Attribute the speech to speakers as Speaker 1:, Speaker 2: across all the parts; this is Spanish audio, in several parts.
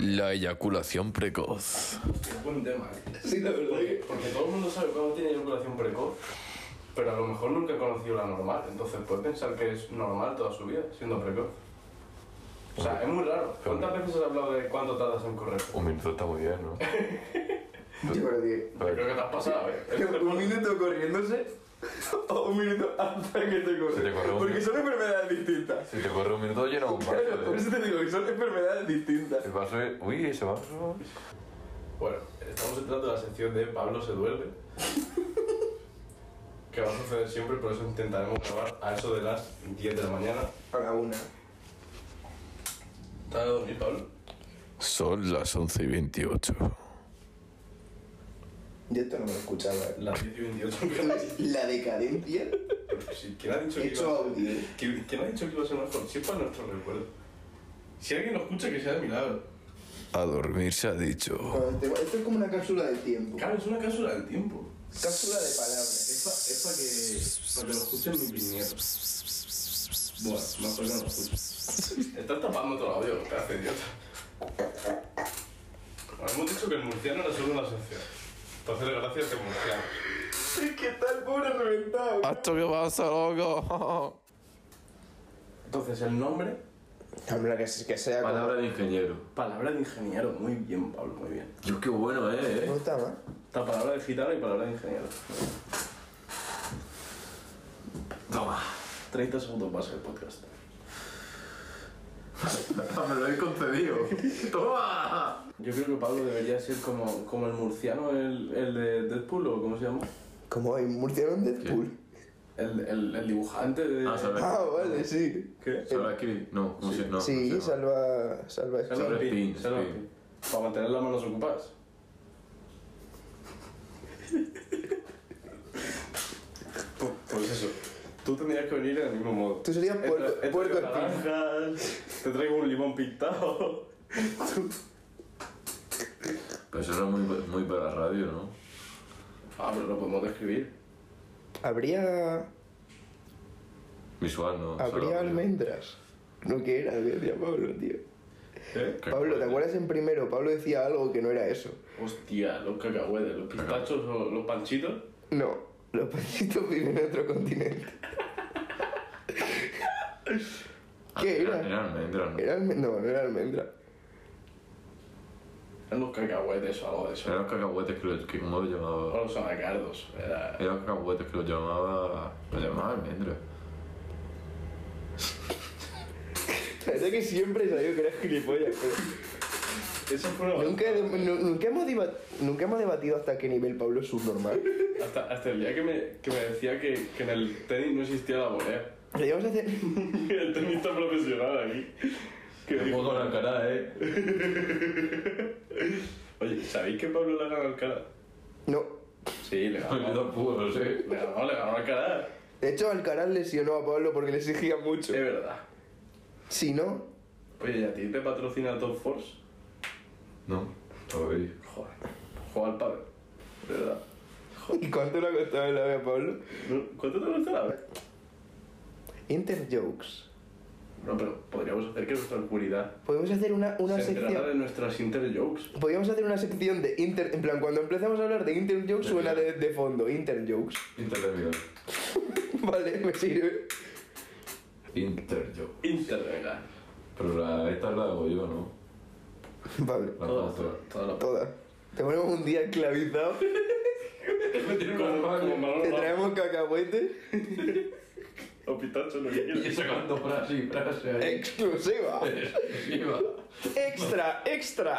Speaker 1: La eyaculación precoz.
Speaker 2: Buen tema.
Speaker 3: Sí, la verdad
Speaker 2: Porque,
Speaker 3: que.
Speaker 2: porque todo el mundo sabe cuándo tiene eyaculación precoz, pero a lo mejor nunca ha conocido la normal. Entonces puede pensar que es normal toda su vida siendo precoz. O sea, es muy raro. ¿Cuántas veces has hablado de cuánto tardas en correr?
Speaker 1: Un minuto está muy bien, ¿no?
Speaker 3: Yo creo que.
Speaker 2: Yo creo que te has pasado, ¿eh?
Speaker 3: que Un minuto corriéndose o un minuto hasta que
Speaker 1: Se
Speaker 3: te
Speaker 1: te
Speaker 3: corres.
Speaker 1: corre un
Speaker 3: Porque
Speaker 1: minuto.
Speaker 3: son enfermedades distintas.
Speaker 1: Si te corre un minuto llena un vaso.
Speaker 3: Claro, por
Speaker 1: ¿eh?
Speaker 3: eso te digo que son enfermedades distintas.
Speaker 1: El vaso es... Uy, ese vaso...
Speaker 2: Bueno, estamos entrando en la sección de Pablo se duerme. que va a suceder siempre, por eso intentaremos grabar a eso de las 10 de la mañana.
Speaker 3: A la una.
Speaker 2: ¿Te has ido a dormir, Pablo?
Speaker 1: Son las 11 y 28.
Speaker 3: Yo esto no me lo escuchaba. ¿eh?
Speaker 2: Las 10 y 28.
Speaker 3: La decadencia.
Speaker 2: Sí, ¿Quién ha dicho que
Speaker 3: Hecho
Speaker 2: iba a
Speaker 3: audio.
Speaker 2: ser- ¿Qui- ¿Quién ha dicho que iba a ser mejor? Si es para nuestro recuerdo. Si alguien lo escucha, que sea de milagro.
Speaker 1: A dormir se ha dicho.
Speaker 3: Cuando te- Esto es como una cápsula del tiempo.
Speaker 2: Claro, es una cápsula del tiempo.
Speaker 3: Cápsula de palabras.
Speaker 2: Es para que, pa' que lo escuchen mis bisnietos. Bueno, mejor que no lo escuchen. Estás tapando todo el audio, te hace idiota. Bueno, hemos dicho que el murciano era solo una sección. Entonces, gracias de murciano.
Speaker 3: Es que está el pobre reventado.
Speaker 1: ¡Hacho que pasa, loco!
Speaker 2: Entonces, el nombre.
Speaker 3: Hombre, que, se- que sea como-
Speaker 4: Palabra de ingeniero.
Speaker 2: Palabra de ingeniero. Muy bien, Pablo, muy bien.
Speaker 4: Dios, qué bueno, eh.
Speaker 3: Me
Speaker 4: eh.
Speaker 3: gusta más.
Speaker 2: Está palabra de gitano y palabra de ingeniero.
Speaker 4: Toma.
Speaker 2: 30 segundos más el podcast.
Speaker 4: Me lo habéis concedido. Toma.
Speaker 2: Yo creo que Pablo debería ser como, como el murciano, el, el de Deadpool, o ¿cómo se llama?
Speaker 3: Como hay murciano en Deadpool.
Speaker 2: El, el, el dibujante de.
Speaker 4: Ah, sabe.
Speaker 3: Ah, vale, sí.
Speaker 2: ¿Qué?
Speaker 4: Salva Kiri. No, no sé, no.
Speaker 3: sí,
Speaker 4: no sé, no.
Speaker 3: salva. Salva esto.
Speaker 2: Salva el
Speaker 4: Spin,
Speaker 2: pin,
Speaker 4: Spin.
Speaker 2: salva el pin. Para mantener las manos ocupadas. pues, pues eso. Tú tendrías que venir del mismo modo.
Speaker 3: Tú serías
Speaker 2: He tra-
Speaker 3: puerco-
Speaker 2: he traído
Speaker 3: puerco Spin.
Speaker 2: naranjas, Te traigo un limón pintado.
Speaker 4: Pero eso era muy, muy para la radio, ¿no?
Speaker 2: Ah, pero lo podemos describir.
Speaker 3: Habría.
Speaker 4: Visual, ¿no?
Speaker 3: Habría
Speaker 4: Salva Kiri.
Speaker 3: almendras. No que era, lo que decía Pablo, tío.
Speaker 2: ¿Eh?
Speaker 4: Qué
Speaker 3: Pablo, ¿te
Speaker 4: fuerte.
Speaker 3: acuerdas en primero? Pablo decía algo que no era eso.
Speaker 2: Hostia, los cacahuetes, los pistachos o los panchitos.
Speaker 3: No, los panchitos viven en otro continente. ¿Qué
Speaker 4: Era,
Speaker 3: era?
Speaker 4: era almendra, ¿no?
Speaker 3: Era almendra. No, no era almendra.
Speaker 2: Eran los cacahuetes o algo de eso.
Speaker 4: Eran los cacahuetes que, lo, que ¿cómo lo
Speaker 2: O
Speaker 4: llamaba?
Speaker 2: los anacardos. Era...
Speaker 4: Eran los cacahuetes que lo llamaba... Lo llamaba almendra.
Speaker 3: La verdad que siempre he sabido que eras gilipollas,
Speaker 2: Esa fue
Speaker 3: pero
Speaker 2: una...
Speaker 3: nunca, he- nu- nunca, hemos deba- nunca hemos debatido hasta qué nivel Pablo es subnormal.
Speaker 2: Hasta, hasta el día que me, que me decía que, que en el tenis no existía la volea.
Speaker 3: Deberíamos hacer...
Speaker 2: el tenista profesional aquí. Que dijo,
Speaker 4: con la cara, eh.
Speaker 2: Oye, ¿sabéis que Pablo le ha ganado al cara?
Speaker 3: No.
Speaker 2: Sí, le
Speaker 4: Yo
Speaker 2: ganó.
Speaker 4: tampoco, no sé.
Speaker 2: le ganó, le ganó al cara.
Speaker 3: De hecho, Alcaraz lesionó a Pablo porque le exigía
Speaker 2: Es
Speaker 3: mucho.
Speaker 2: verdad.
Speaker 3: Si no,
Speaker 2: Oye, ¿y a ti te patrocina Top Force?
Speaker 4: No, todavía.
Speaker 2: Joder. Juega al padre. ¿Verdad?
Speaker 3: ¿y cuánto le ha costado el ave a Pablo?
Speaker 2: ¿No? ¿Cuánto te gusta la vez?
Speaker 3: Interjokes.
Speaker 2: No, pero podríamos hacer que nuestra oscuridad
Speaker 3: Podemos hacer una, una
Speaker 2: se enterara de
Speaker 3: sección...
Speaker 2: nuestras interjokes.
Speaker 3: Podríamos hacer una sección de inter... En plan, cuando empezamos a hablar de interjokes suena de, de fondo. Interjokes.
Speaker 4: Interterminal.
Speaker 3: Vale, me sirve.
Speaker 4: Interjoke.
Speaker 2: Intervenga.
Speaker 4: Pero la, esta la hago yo, ¿no?
Speaker 3: Vale,
Speaker 4: La
Speaker 2: Todas,
Speaker 4: otra.
Speaker 2: todas las
Speaker 3: toda. Te ponemos un día esclavizado.
Speaker 2: Como- como Manolo
Speaker 3: Te
Speaker 2: Lama.
Speaker 3: traemos cacahuetes.
Speaker 2: O pitacho, lo que
Speaker 4: Y
Speaker 2: quieras.
Speaker 4: sacando frase y frase ahí.
Speaker 3: Exclusiva.
Speaker 4: Exclusiva.
Speaker 3: Extra, extra.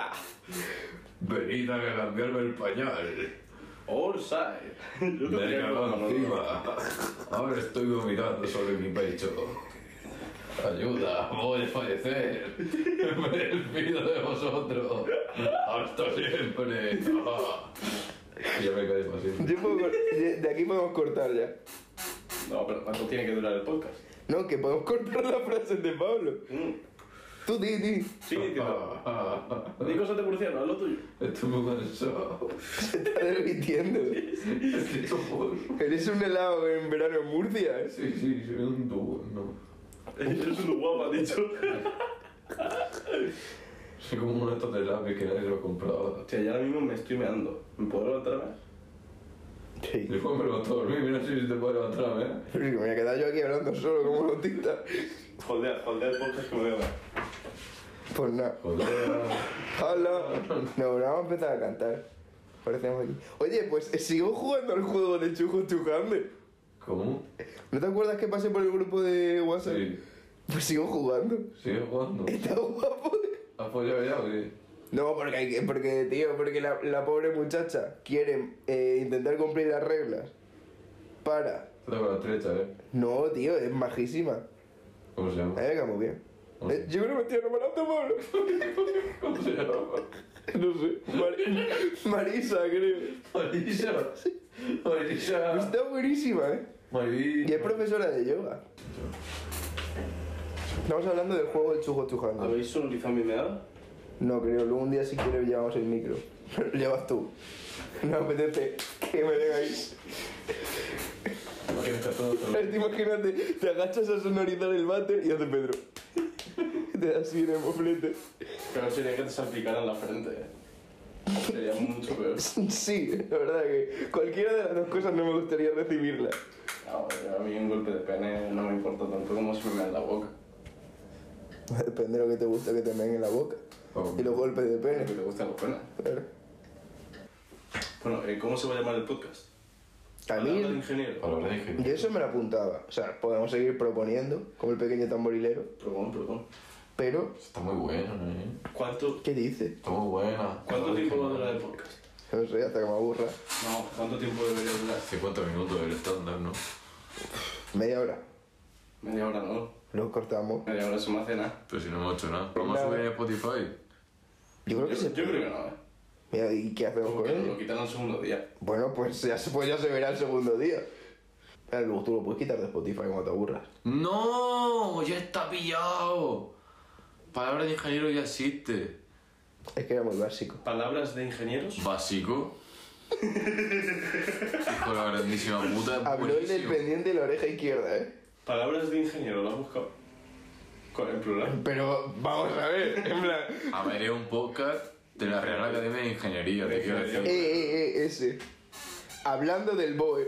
Speaker 4: Venid a cambiarme el pañal.
Speaker 2: Orsay. Yo te
Speaker 4: Me
Speaker 2: diría que
Speaker 4: cago
Speaker 2: Manolo Lama.
Speaker 4: encima. Ahora estoy vomitando sobre mi pecho. Ayuda, voy a fallecer. Me despido de vosotros. Hasta siempre. Ah. Y Ya me caí para siempre.
Speaker 3: Yo puedo cor- de de aquí podemos cortar ya.
Speaker 2: No, pero ¿cuánto tiene que durar el podcast? Mm,
Speaker 3: No, que podemos cortar las frases de Pablo. Tú, di, di.
Speaker 2: Sí, tío.
Speaker 4: Ah, ah, ah.
Speaker 2: Di cosas de murciano, haz lo tuyo.
Speaker 4: Estoy muy cansado.
Speaker 3: Se está derritiendo.
Speaker 4: Estoy todo-
Speaker 3: Eres un helado en verano en Murcia. ¿eh?
Speaker 4: Sí, sí, soy un dúo, no.
Speaker 2: Eres un guapo, has dicho.
Speaker 4: Soy como uno de estos de lápiz que nadie se lo compraba.
Speaker 2: Hostia, ya ahora mismo me estoy meando. ¿Me puedo levantar más?
Speaker 3: Sí.
Speaker 4: Yo me lo dormí, mira si te puedes levantar, ¿eh?
Speaker 3: Pero si me voy a quedar yo aquí hablando solo como autista.
Speaker 2: Holdear, holdear podcast que me veo.
Speaker 3: Pues nada.
Speaker 4: Joder.
Speaker 3: Hola. No, ahora vamos a empezar a cantar. Parecemos aquí. Oye, pues eh, sigo jugando al juego de Chujo Chujande.
Speaker 4: ¿Cómo?
Speaker 3: ¿No te acuerdas que pasé por el grupo de WhatsApp?
Speaker 4: Sí.
Speaker 3: Pues sigo jugando.
Speaker 4: ¿Sigue jugando?
Speaker 3: Está guapo.
Speaker 4: ¿Has follado ya o qué?
Speaker 3: No, porque, hay que- porque tío, porque la, la pobre muchacha quiere eh, intentar cumplir las reglas para...
Speaker 4: Está con la trecha, ¿eh?
Speaker 3: No, tío, es majísima.
Speaker 4: ¿Cómo se
Speaker 3: A mí
Speaker 4: llama?
Speaker 3: me cae muy bien. Eh, Yo creo que me estoy enamorando, Pablo.
Speaker 4: ¿Cómo se llama?
Speaker 3: No sé. Mar- Marisa, creo.
Speaker 4: Marisa. Marisa.
Speaker 3: Está buenísima, ¿eh? Y
Speaker 4: Marisa.
Speaker 3: es profesora de yoga. Estamos hablando del juego del chujo chujando.
Speaker 2: ¿Habéis sonorizado mi meada?
Speaker 3: No creo, luego un día si quieres llevamos el micro. Lo llevas tú. No apetece que me den ahí.
Speaker 4: Imagínate todo solo.
Speaker 3: Imagínate, te agachas a sonorizar el váter y hace Pedro. Te das así en el moflete.
Speaker 2: Pero sería que te salpicaran la frente. eh. Sería mucho peor.
Speaker 3: Sí, la verdad que cualquiera de las dos cosas no me gustaría recibirla.
Speaker 2: No, a mí un golpe de pene no me importa tanto como si me mea en la boca.
Speaker 3: Depende de lo que te gusta que te meen en la boca.
Speaker 4: Oh.
Speaker 3: Y los golpes de
Speaker 2: Es
Speaker 3: pene.
Speaker 2: que te gustan los penes.
Speaker 3: Claro.
Speaker 2: Bueno, eh, ¿cómo se va a llamar el podcast?
Speaker 3: A
Speaker 2: Palabra de
Speaker 3: mí,
Speaker 2: ingeniero.
Speaker 4: Palabra de ingenio.
Speaker 3: yo eso me lo apuntaba. O sea, podemos seguir proponiendo, como el pequeño tamborilero.
Speaker 2: Perdón, perdón.
Speaker 3: Pero,
Speaker 4: Está muy buena, ¿eh?
Speaker 2: ¿Cuánto,
Speaker 3: ¿qué dice?
Speaker 4: Está muy buena.
Speaker 2: cuánto tiempo va a durar el podcast?
Speaker 3: No sé, hasta que me aburra.
Speaker 2: No, ¿cuánto tiempo debería durar?
Speaker 4: 50 minutos del estándar, ¿no?
Speaker 3: Media hora.
Speaker 2: Media hora no.
Speaker 3: Lo cortamos.
Speaker 2: Media hora se me hace nada.
Speaker 4: Pero si no hemos hecho nada. Vamos a
Speaker 3: Nada.
Speaker 4: subir en Spotify.
Speaker 3: Yo creo
Speaker 2: Yo,
Speaker 3: que se...
Speaker 2: yo creo que no, ¿eh?
Speaker 3: Mira, ¿y qué hacemos con
Speaker 2: Porque
Speaker 3: él?
Speaker 2: lo quitan al segundo día.
Speaker 3: Bueno, pues ya, se- pues ya se verá el segundo día. Claro, luego tú lo puedes quitar de Spotify cuando te aburras.
Speaker 4: ¡No! ¡Ya está pillado! Palabra de ingeniero ya existe.
Speaker 3: Es que era muy básico.
Speaker 2: Palabras de ingenieros.
Speaker 4: Básico. Hijo de la grandísima puta. es
Speaker 3: Habló el del
Speaker 4: buenísimo.
Speaker 3: pendiente de la oreja izquierda, ¿eh?
Speaker 2: Palabras de ingeniero, ¿lo has buscado? Con el plural.
Speaker 3: Pero vamos a ver, en plan...
Speaker 4: A ver, es un podcast de la Real Academia de Ingeniería, te quiero
Speaker 3: Eh,
Speaker 4: decir.
Speaker 3: eh, eh, ese. Hablando del BOE.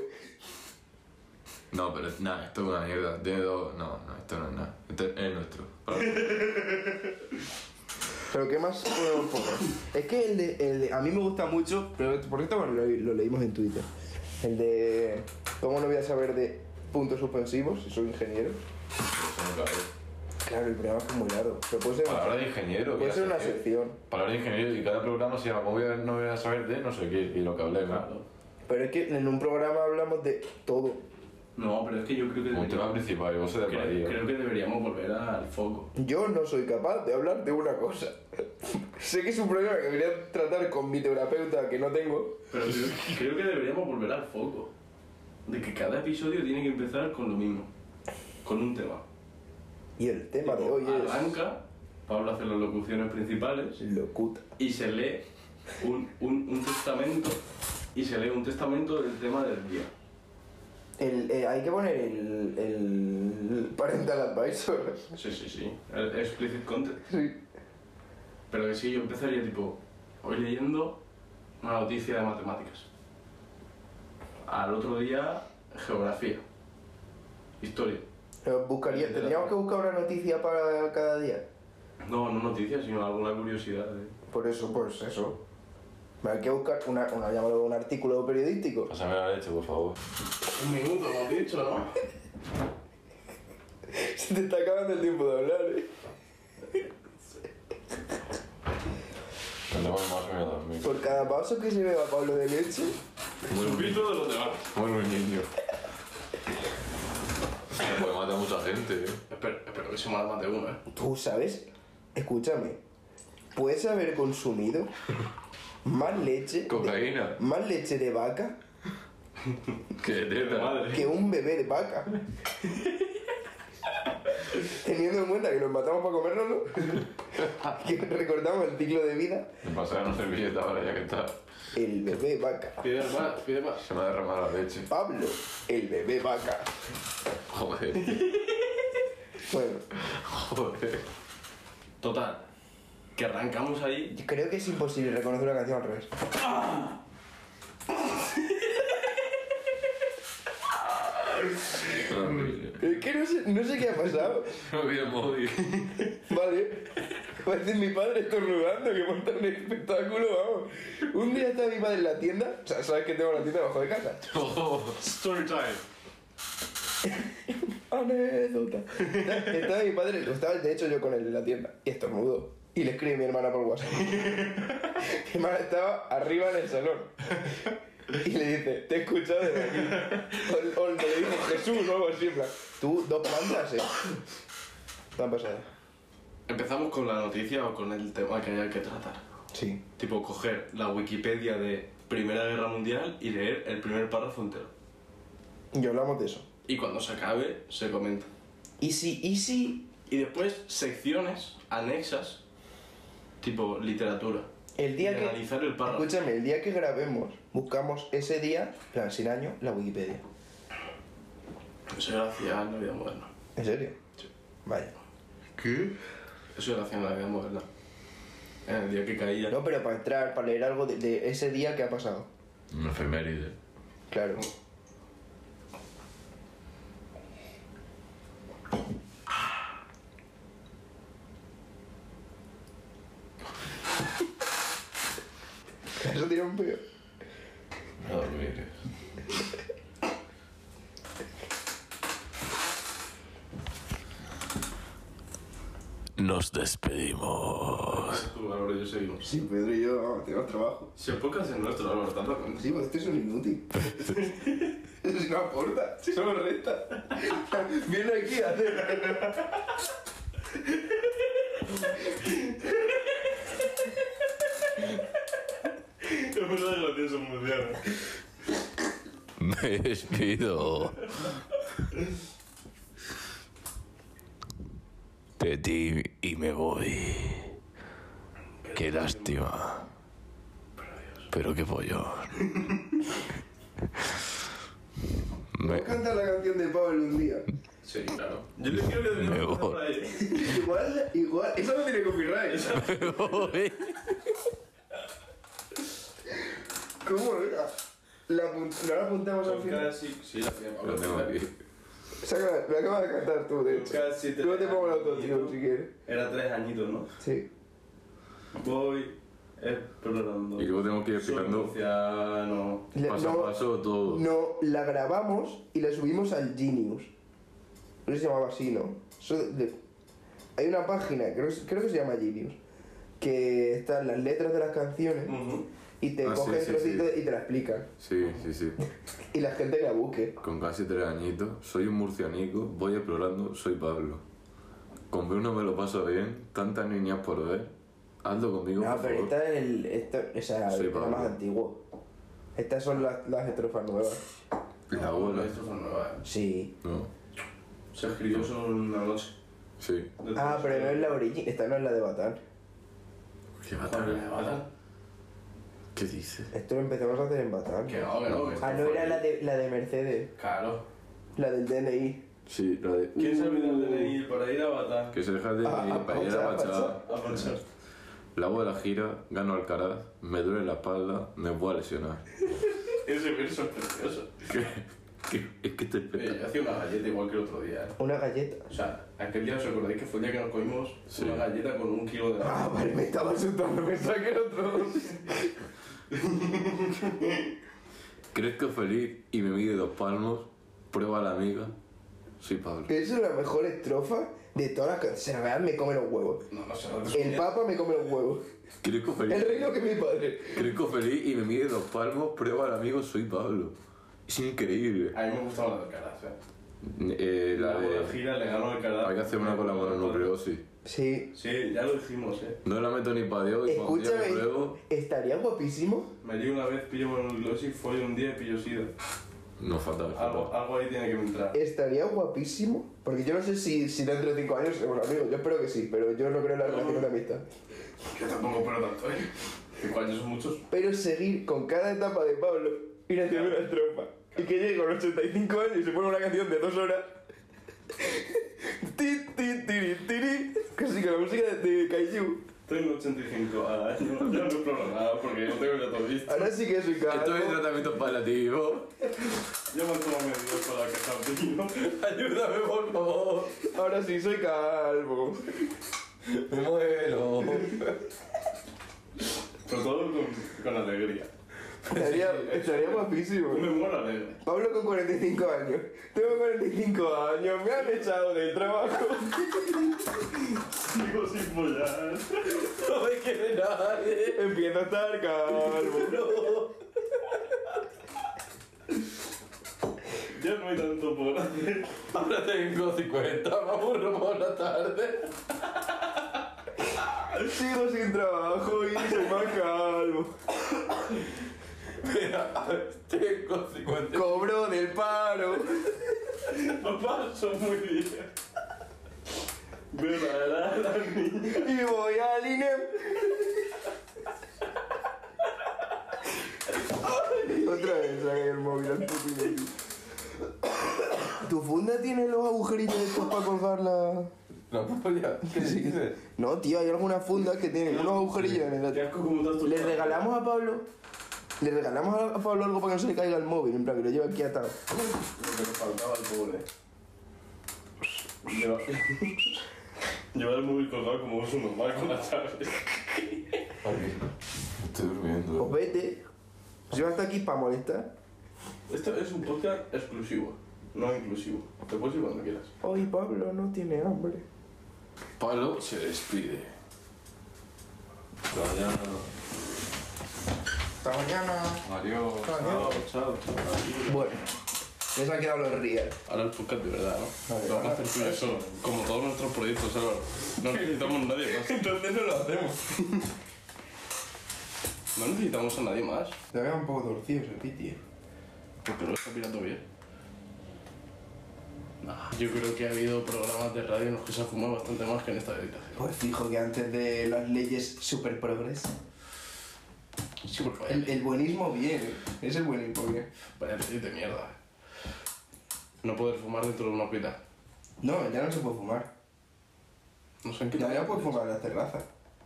Speaker 4: No, pero es- nada, esto es una mierda. Tiene dos. No, no, esto no es nada. Esto es nuestro. Palabra-
Speaker 3: Pero ¿qué más podemos poner? Es que el de, el de- A mí me gusta mucho, pero por esto bueno, lo, lo leímos en Twitter. El de... ¿Cómo no voy a saber de puntos suspensivos si soy ingeniero? Claro, el programa es que es muy largo. Pero puede ser,
Speaker 4: Palabra de ingeniero.
Speaker 3: puede
Speaker 4: ya
Speaker 3: ser
Speaker 4: sé
Speaker 3: una
Speaker 4: qué.
Speaker 3: sección.
Speaker 4: Palabra de ingeniero y cada programa se llama ¿Cómo voy a, no voy a saber de no sé qué? Y lo que hablé, ¿no?
Speaker 3: Pero es que en un programa hablamos de todo.
Speaker 2: No, pero es que yo creo que
Speaker 4: Un tema
Speaker 2: deberíamos,
Speaker 4: principal y vos se de
Speaker 2: creo,
Speaker 4: Madrid.
Speaker 2: creo que deberíamos volver al foco.
Speaker 3: Yo no soy capaz de hablar de una cosa. sé que es un problema que debería tratar con mi terapeuta que no tengo.
Speaker 2: Pero creo, creo que deberíamos volver al foco. De que cada episodio tiene que empezar con lo mismo. Con un tema.
Speaker 3: Y el tema de
Speaker 2: Tipo,
Speaker 3: hoy
Speaker 4: Ah,
Speaker 3: es...
Speaker 2: Arranca, Pablo hace las locuciones principales
Speaker 3: Locuta.
Speaker 2: y se lee un, un, un testamento. Y se lee un testamento del tema del día.
Speaker 3: El, eh, hay que poner el, el parental advisor.
Speaker 2: Sí, sí, sí. El explicit content.
Speaker 3: Sí.
Speaker 2: Pero que sí, yo empezaría tipo, hoy leyendo una noticia de matemáticas. Al otro día, geografía. Historia.
Speaker 3: Pero Eh, buscaría, tendríamos que buscar una noticia para cada día.
Speaker 2: No, no noticias, sino alguna curiosidad. eh.
Speaker 3: Por eso, pues eso. Hay que buscar una, una, llámalo un artículo periodístico.
Speaker 4: Pásame la leche, por favor.
Speaker 2: Un minuto, lo has dicho, ¿no?
Speaker 3: Se te está acabando el tiempo de hablar, eh.
Speaker 4: Tendremos más miedo a dormir.
Speaker 3: Por cada paso que se beba Pablo de leche,
Speaker 4: Muy
Speaker 2: Un
Speaker 4: buen
Speaker 2: pito de los demás.
Speaker 4: Muy buen niño. Puede matar Pues a mucha gente, eh.
Speaker 2: Espero, espero que se me mate uno, ¿eh?
Speaker 3: tú sabes, escúchame, puedes haber consumido más leche,
Speaker 4: Cocaína.
Speaker 3: más leche de vaca
Speaker 4: Que
Speaker 2: De
Speaker 4: teta.
Speaker 2: madre.
Speaker 3: que un bebé de vaca. Teniendo en cuenta que nos matamos para comernos, ¿no? que recordamos el ciclo de vida,
Speaker 4: Me pasará una servilleta ahora ya que está.
Speaker 3: el bebé vaca.
Speaker 2: Pide más, pide más.
Speaker 4: Se me ha derramado la leche.
Speaker 3: Pablo, el bebé vaca.
Speaker 4: Joder.
Speaker 3: Bueno,
Speaker 4: Joder.
Speaker 2: Total. que arrancamos ahí.
Speaker 3: Yo creo que es imposible reconocer una canción al revés. Es que no sé, no sé qué ha pasado.
Speaker 4: No había móvil.
Speaker 3: Vale. Parece mi padre estornudando que monta un espectáculo, vamos. Un día estaba mi padre en la tienda. O sea, sabes que tengo la tienda abajo de casa.
Speaker 2: Story time.
Speaker 3: Anécdota. Estaba mi padre, estaba de hecho yo con él en la tienda. Y estornudó. Y le escribe mi hermana por WhatsApp. mi hermana estaba arriba en el salón. Y le dice, te he escuchado desde aquí. O, o le dijo Jesús o algo así, en plan. Tú, dos plantas, eh. Tan pasada.
Speaker 2: Empezamos con la noticia o con el tema que haya que tratar.
Speaker 3: Sí.
Speaker 2: Tipo, coger la Wikipedia de Primera Guerra Mundial y leer el primer párrafo entero.
Speaker 3: Y hablamos de eso.
Speaker 2: Y cuando se acabe, se comenta.
Speaker 3: Y si, y si
Speaker 2: Y después secciones anexas, tipo literatura.
Speaker 3: el
Speaker 2: Y
Speaker 3: día que.
Speaker 2: analizar el párrafo.
Speaker 3: Escúchame, el día que grabemos, buscamos ese día, en plan, sin año, la Wikipedia.
Speaker 2: Eso era hacia la vida moderna.
Speaker 3: ¿En serio? Vaya.
Speaker 2: ¿Qué? Eso era hacia la vida moderna. En el día que caía.
Speaker 3: No, pero para entrar, para leer algo de, de ese día que ha pasado.
Speaker 4: Una efeméride.
Speaker 3: Claro. Eso tiene un pío.
Speaker 4: A dormir. ¿eh?
Speaker 1: Nos despedimos.
Speaker 2: Tú, Álvaro y yo seguimos.
Speaker 3: Sí, Pedro y yo, vamos, tenemos trabajo.
Speaker 2: Si el podcast es nuestro, Álvaro, ¿te has dado cuenta?
Speaker 3: Sí, pues este es un inútil. Eso sí no aporta, solo resta. Viene aquí a hacer.
Speaker 2: Es verdad que lo tienes en mundial.
Speaker 1: Me despido. De ti y me voy. Qué lástima. Pero qué pollo. Me,
Speaker 3: Canta la canción de Pavel un día.
Speaker 2: Sí, claro. Yo le quiero que
Speaker 1: Me
Speaker 2: deberíamos
Speaker 1: voy.
Speaker 2: por ahí.
Speaker 3: Igual, igual. Eso no tiene copyright.
Speaker 1: me voy.
Speaker 3: ¿Cómo era? La apun- no la apuntamos al final.
Speaker 2: Casi, sí, la tengo.
Speaker 4: Lo tengo aquí.
Speaker 3: Saca, la acabas de cantar tú, de hecho.
Speaker 2: Casi te-
Speaker 3: Luego te pongo la autotune si quieres.
Speaker 2: Era tres añitos, ¿no?
Speaker 3: Sí.
Speaker 2: Voy explorando.
Speaker 4: Y luego tenemos que ir explicando
Speaker 2: Oceano.
Speaker 3: Le-
Speaker 4: paso
Speaker 3: no,
Speaker 4: a paso todo.
Speaker 3: No, la grabamos y la subimos al Genius. Creo que se llamaba así, ¿no? Eso de- de- hay una página, creo, creo que se llama Genius, que están las letras de las canciones
Speaker 2: Ujú.
Speaker 3: y te
Speaker 4: Mm. Ah, sí,
Speaker 3: cogen
Speaker 4: sí,
Speaker 3: trocitos y te la explican.
Speaker 4: Sí, sí, sí.
Speaker 3: Y la gente que la busque.
Speaker 4: Con casi tres añitos, soy un murcianico, voy explorando, soy Pablo. Con Bruno me lo paso bien, tantas niñas por ver. Hazlo conmigo,
Speaker 3: No,
Speaker 4: por
Speaker 3: pero
Speaker 4: favor.
Speaker 3: esta es el, esta, esa,
Speaker 4: Sí,
Speaker 3: la
Speaker 4: Pablo.
Speaker 3: más antigua. Estas son las, las estrofas nuevas.
Speaker 4: La bola.
Speaker 2: Esto son nuevas.
Speaker 3: Sí.
Speaker 4: No,
Speaker 2: Se escribió solo en una noche.
Speaker 4: sí.
Speaker 3: Ah, pero no es la original. Esta no es la de Batán.
Speaker 4: ¿Qué
Speaker 2: Joder, ¿vale?
Speaker 4: ¿Qué dices?
Speaker 3: Esto lo empezamos a hacer en Batán.
Speaker 2: Que no, que no, que
Speaker 3: Ah, no, era la de, la de Mercedes.
Speaker 2: Claro.
Speaker 3: La del DNI.
Speaker 4: Sí, la de.
Speaker 2: ¿Quién se ha olvidado
Speaker 3: Uh.
Speaker 2: de venir para ir a Batán?
Speaker 4: Que se deja de
Speaker 3: Ah, ah,
Speaker 4: para ir a
Speaker 3: pachá,
Speaker 4: bachar.
Speaker 2: A pensar.
Speaker 4: La hago de la gira, gano Alcaraz, me duele la espalda, me voy a lesionar.
Speaker 2: Ese verso es precioso.
Speaker 4: ¿Qué? ¿Qué? Es que te
Speaker 2: Eh, Yo
Speaker 4: espera.
Speaker 2: hacía una galleta igual que el otro día. ¿eh?
Speaker 3: Una galleta.
Speaker 2: O sea, aquel día os acordáis que fue el día que nos comimos una galleta con un kilo de
Speaker 3: Ah, vale, me estaba asustando, pensaba que era otro.
Speaker 4: Crezco feliz y me mide dos palmos, prueba a la amiga. Soy Pablo.
Speaker 3: Esa es la mejor estrofa de todas las canciones. Se vean, me come los huevos.
Speaker 2: No, no se lo
Speaker 3: El papa me come los huevos.
Speaker 4: Crezco feliz.
Speaker 3: El reino que es mi padre.
Speaker 4: Crezco feliz y me mide dos palmos, prueba al amigo, soy Pablo. Es increíble.
Speaker 2: A mí me gustaba la de Alcaraz, ¿eh?
Speaker 4: Eh, la
Speaker 2: Luego
Speaker 4: de.
Speaker 2: gira le ganó Alcaraz.
Speaker 4: Hay que hacer una con la mononucleosis.
Speaker 3: Sí.
Speaker 2: Sí, ya lo dijimos, ¿eh?
Speaker 4: No la meto ni para Dios y cuando día
Speaker 3: Escúchame,
Speaker 4: me pruebo.
Speaker 3: estaría guapísimo.
Speaker 2: Me di una vez, pillo mononucleosis, fue un día y pillo sida.
Speaker 4: No fatal,
Speaker 2: Algo,
Speaker 4: fatal.
Speaker 2: algo ahí tiene que entrar.
Speaker 3: Estaría guapísimo. Porque yo no sé si, si dentro de 5 años seremos amigos. Yo espero que sí, pero yo no creo en la relación de amistad.
Speaker 2: Yo tampoco espero tanto, ¿eh? Cinco años son muchos.
Speaker 3: Pero seguir con cada etapa de Pablo ir haciendo una estrofa. Y que llegue con 85 años y se pone una canción de dos horas. Ti, ti, tiri, tiri. Casi con la música de, de Kaiju.
Speaker 2: Tengo 85 años, ya no exploro nada porque no tengo ya todo listo.
Speaker 3: Ahora sí que soy
Speaker 1: Estoy en
Speaker 3: calvo.
Speaker 1: tratamiento palliativo.
Speaker 2: Yo me tomo medidas para que salga
Speaker 1: Ayúdame, por favor.
Speaker 3: Ahora sí soy calvo.
Speaker 1: Muero.
Speaker 2: Pero todo con, con alegría.
Speaker 3: Estaría, estaría guapísimo.
Speaker 2: Me muero alegre.
Speaker 3: Pablo con 45 años. Tengo 45 años. Me han echado del trabajo.
Speaker 2: Sigo sin follar.
Speaker 1: No me quiere nadie.
Speaker 3: Empiezo a estar calvo.
Speaker 2: Ya no hay tanto por hacer.
Speaker 1: Ahora tengo 50, me aburro por la tarde.
Speaker 3: Sigo sin trabajo y soy más calvo.
Speaker 1: Mira, tengo 50.
Speaker 3: Cobro del paro.
Speaker 2: Lo paso muy bien. Veo la edad de las niñas.
Speaker 3: Y voy al INEM. Otra vez saqué el móvil al puto ¿Tu funda tiene los agujeritos estos para colgar la...?
Speaker 1: No, pues ya, ¿qué dices?
Speaker 3: No, tío, hay algunas fundas que tienen unos agujerillos en
Speaker 2: Qué
Speaker 3: el...
Speaker 2: asco como estás tú.
Speaker 3: Le regalamos a Pablo... Le regalamos a Pablo algo para que no se le caiga el móvil, en plan que lo lleva aquí atado.
Speaker 2: Lo que nos faltaba al pobre. Lleva... Lleva el móvil colgado como es un normal con la llave.
Speaker 1: Ay, Estoy
Speaker 3: Pues
Speaker 1: durmiendo.
Speaker 3: vete. Si vas hasta aquí para molestar.
Speaker 2: Esto Este es un podcast exclusivo, no inclusivo. Te puedes ir cuando quieras.
Speaker 3: Hoy Pablo no tiene hambre.
Speaker 4: Pablo se despide.
Speaker 3: Hasta mañana.
Speaker 4: Adiós.
Speaker 2: Chao, chao, chao.
Speaker 3: Bueno, les han quedado los real.
Speaker 2: Ahora el podcast de verdad, ¿no?
Speaker 3: Vale.
Speaker 2: Lo vamos a hacer tú y yo solo, como todos nuestros proyectos, Álvaro. No necesitamos nadie más.
Speaker 1: Entonces no lo hacemos.
Speaker 2: No necesitamos a nadie más.
Speaker 3: Te veo un poco torcido ese piti, eh.
Speaker 2: Porque lo está mirando bien. Nah, yo creo que ha habido programas de radio en los que se ha fumado bastante más que en esta habitación.
Speaker 3: Pues fijo que antes de las leyes super progres,
Speaker 2: Sí, porque vaya,
Speaker 3: el, el buenismo viene. Es el buenismo bien.
Speaker 2: vaya ley de mierda. eh. No poder fumar dentro de una pila.
Speaker 3: No, ya no se puede fumar.
Speaker 2: No sé en qué...
Speaker 3: Ya no puedes fumar en las terrazas.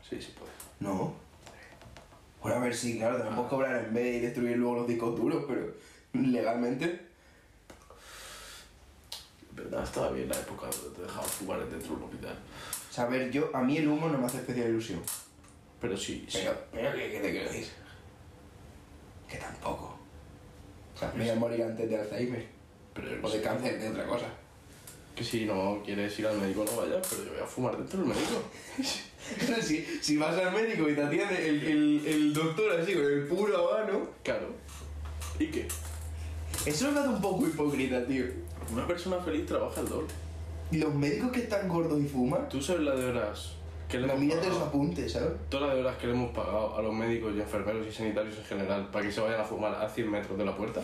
Speaker 2: Sí, sí puede.
Speaker 3: No. Bueno, a ver, sí, claro, te lo
Speaker 2: Ah.
Speaker 3: puedes cobrar en B y destruir luego los discos duros, pero legalmente.
Speaker 2: En verdad, estaba bien la época donde te dejaban fumar dentro de un hospital.
Speaker 3: O sea, a ver, yo, a mí el humo no me hace especial ilusión.
Speaker 2: Pero sí, sí.
Speaker 3: Pero, pero ¿qué, qué te quiero decir? Que tampoco. O sea, me voy a morir antes de Alzheimer.
Speaker 2: Pero yo
Speaker 3: O
Speaker 2: no
Speaker 3: de
Speaker 2: sé.
Speaker 3: cáncer, de otra cosa.
Speaker 2: Que si no quieres ir al médico, no vayas, pero yo voy a fumar dentro del médico.
Speaker 3: si, si vas al médico y te atiende el, el, el doctor así con el puro habano.
Speaker 2: Claro. ¿Y qué?
Speaker 3: Eso me hace un poco hipócrita, tío.
Speaker 2: Una persona feliz trabaja el doble.
Speaker 3: Los médicos que están gordos y fuman,
Speaker 2: Tú sabes la de horas que le
Speaker 3: la
Speaker 2: hemos
Speaker 3: mía te los
Speaker 2: pagado.
Speaker 3: apuntes, ¿sabes?
Speaker 2: Todas las de horas que le hemos pagado a los médicos y enfermeros y sanitarios en general para que se vayan a fumar a 100 metros de la puerta.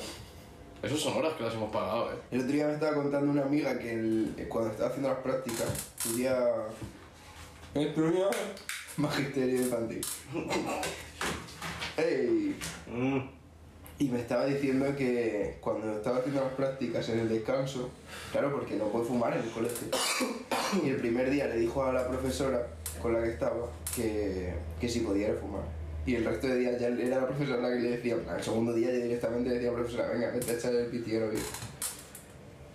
Speaker 2: Esas son horas que las hemos pagado, ¿eh?
Speaker 3: El otro día me estaba contando una amiga que el- eh, cuando estaba haciendo las prácticas, estudia. Estudia. Magisterio infantil. ¡Ey!
Speaker 2: Mm.
Speaker 3: Y me estaba diciendo que cuando estaba haciendo las prácticas en el descanso, claro, porque no puede fumar en el colegio. Y el primer día le dijo a la profesora con la que estaba que, que si podía era fumar. Y el resto de días ya era la profesora la que le decía, en plan, el segundo día ya directamente le decía a la profesora, venga, vete a echar el pitiero. bien".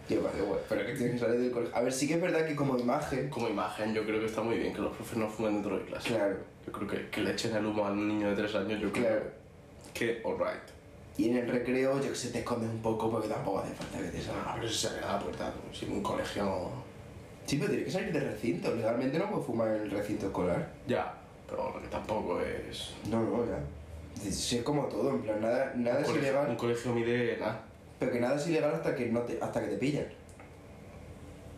Speaker 3: Y yo, vale, bueno, pero que tienes que salir del colegio. A ver, sí que es verdad que como imagen,
Speaker 2: Como imagen, yo creo que está muy bien que los profes no fumen dentro de clase.
Speaker 3: claro,
Speaker 2: Yo creo que, que le echen el humo a un niño de 3 años, yo creo
Speaker 3: claro.
Speaker 2: que alright.
Speaker 3: Y en el recreo, yo que sé, te escondes un poco porque tampoco hace falta que te salga.
Speaker 2: Ah, pero se sale a la puerta, si en un colegio no...
Speaker 3: Sí, pero tiene que salir de recinto. Legalmente no puedes fumar en el recinto escolar.
Speaker 2: Ya, pero que tampoco es...
Speaker 3: No, no, ya. Si es como todo, en plan, nada, nada
Speaker 2: un,
Speaker 3: es
Speaker 2: colegio, un
Speaker 3: ilegal,
Speaker 2: colegio mide nada.
Speaker 3: pero que nada es ilegal hasta que, no te, hasta que te pillan.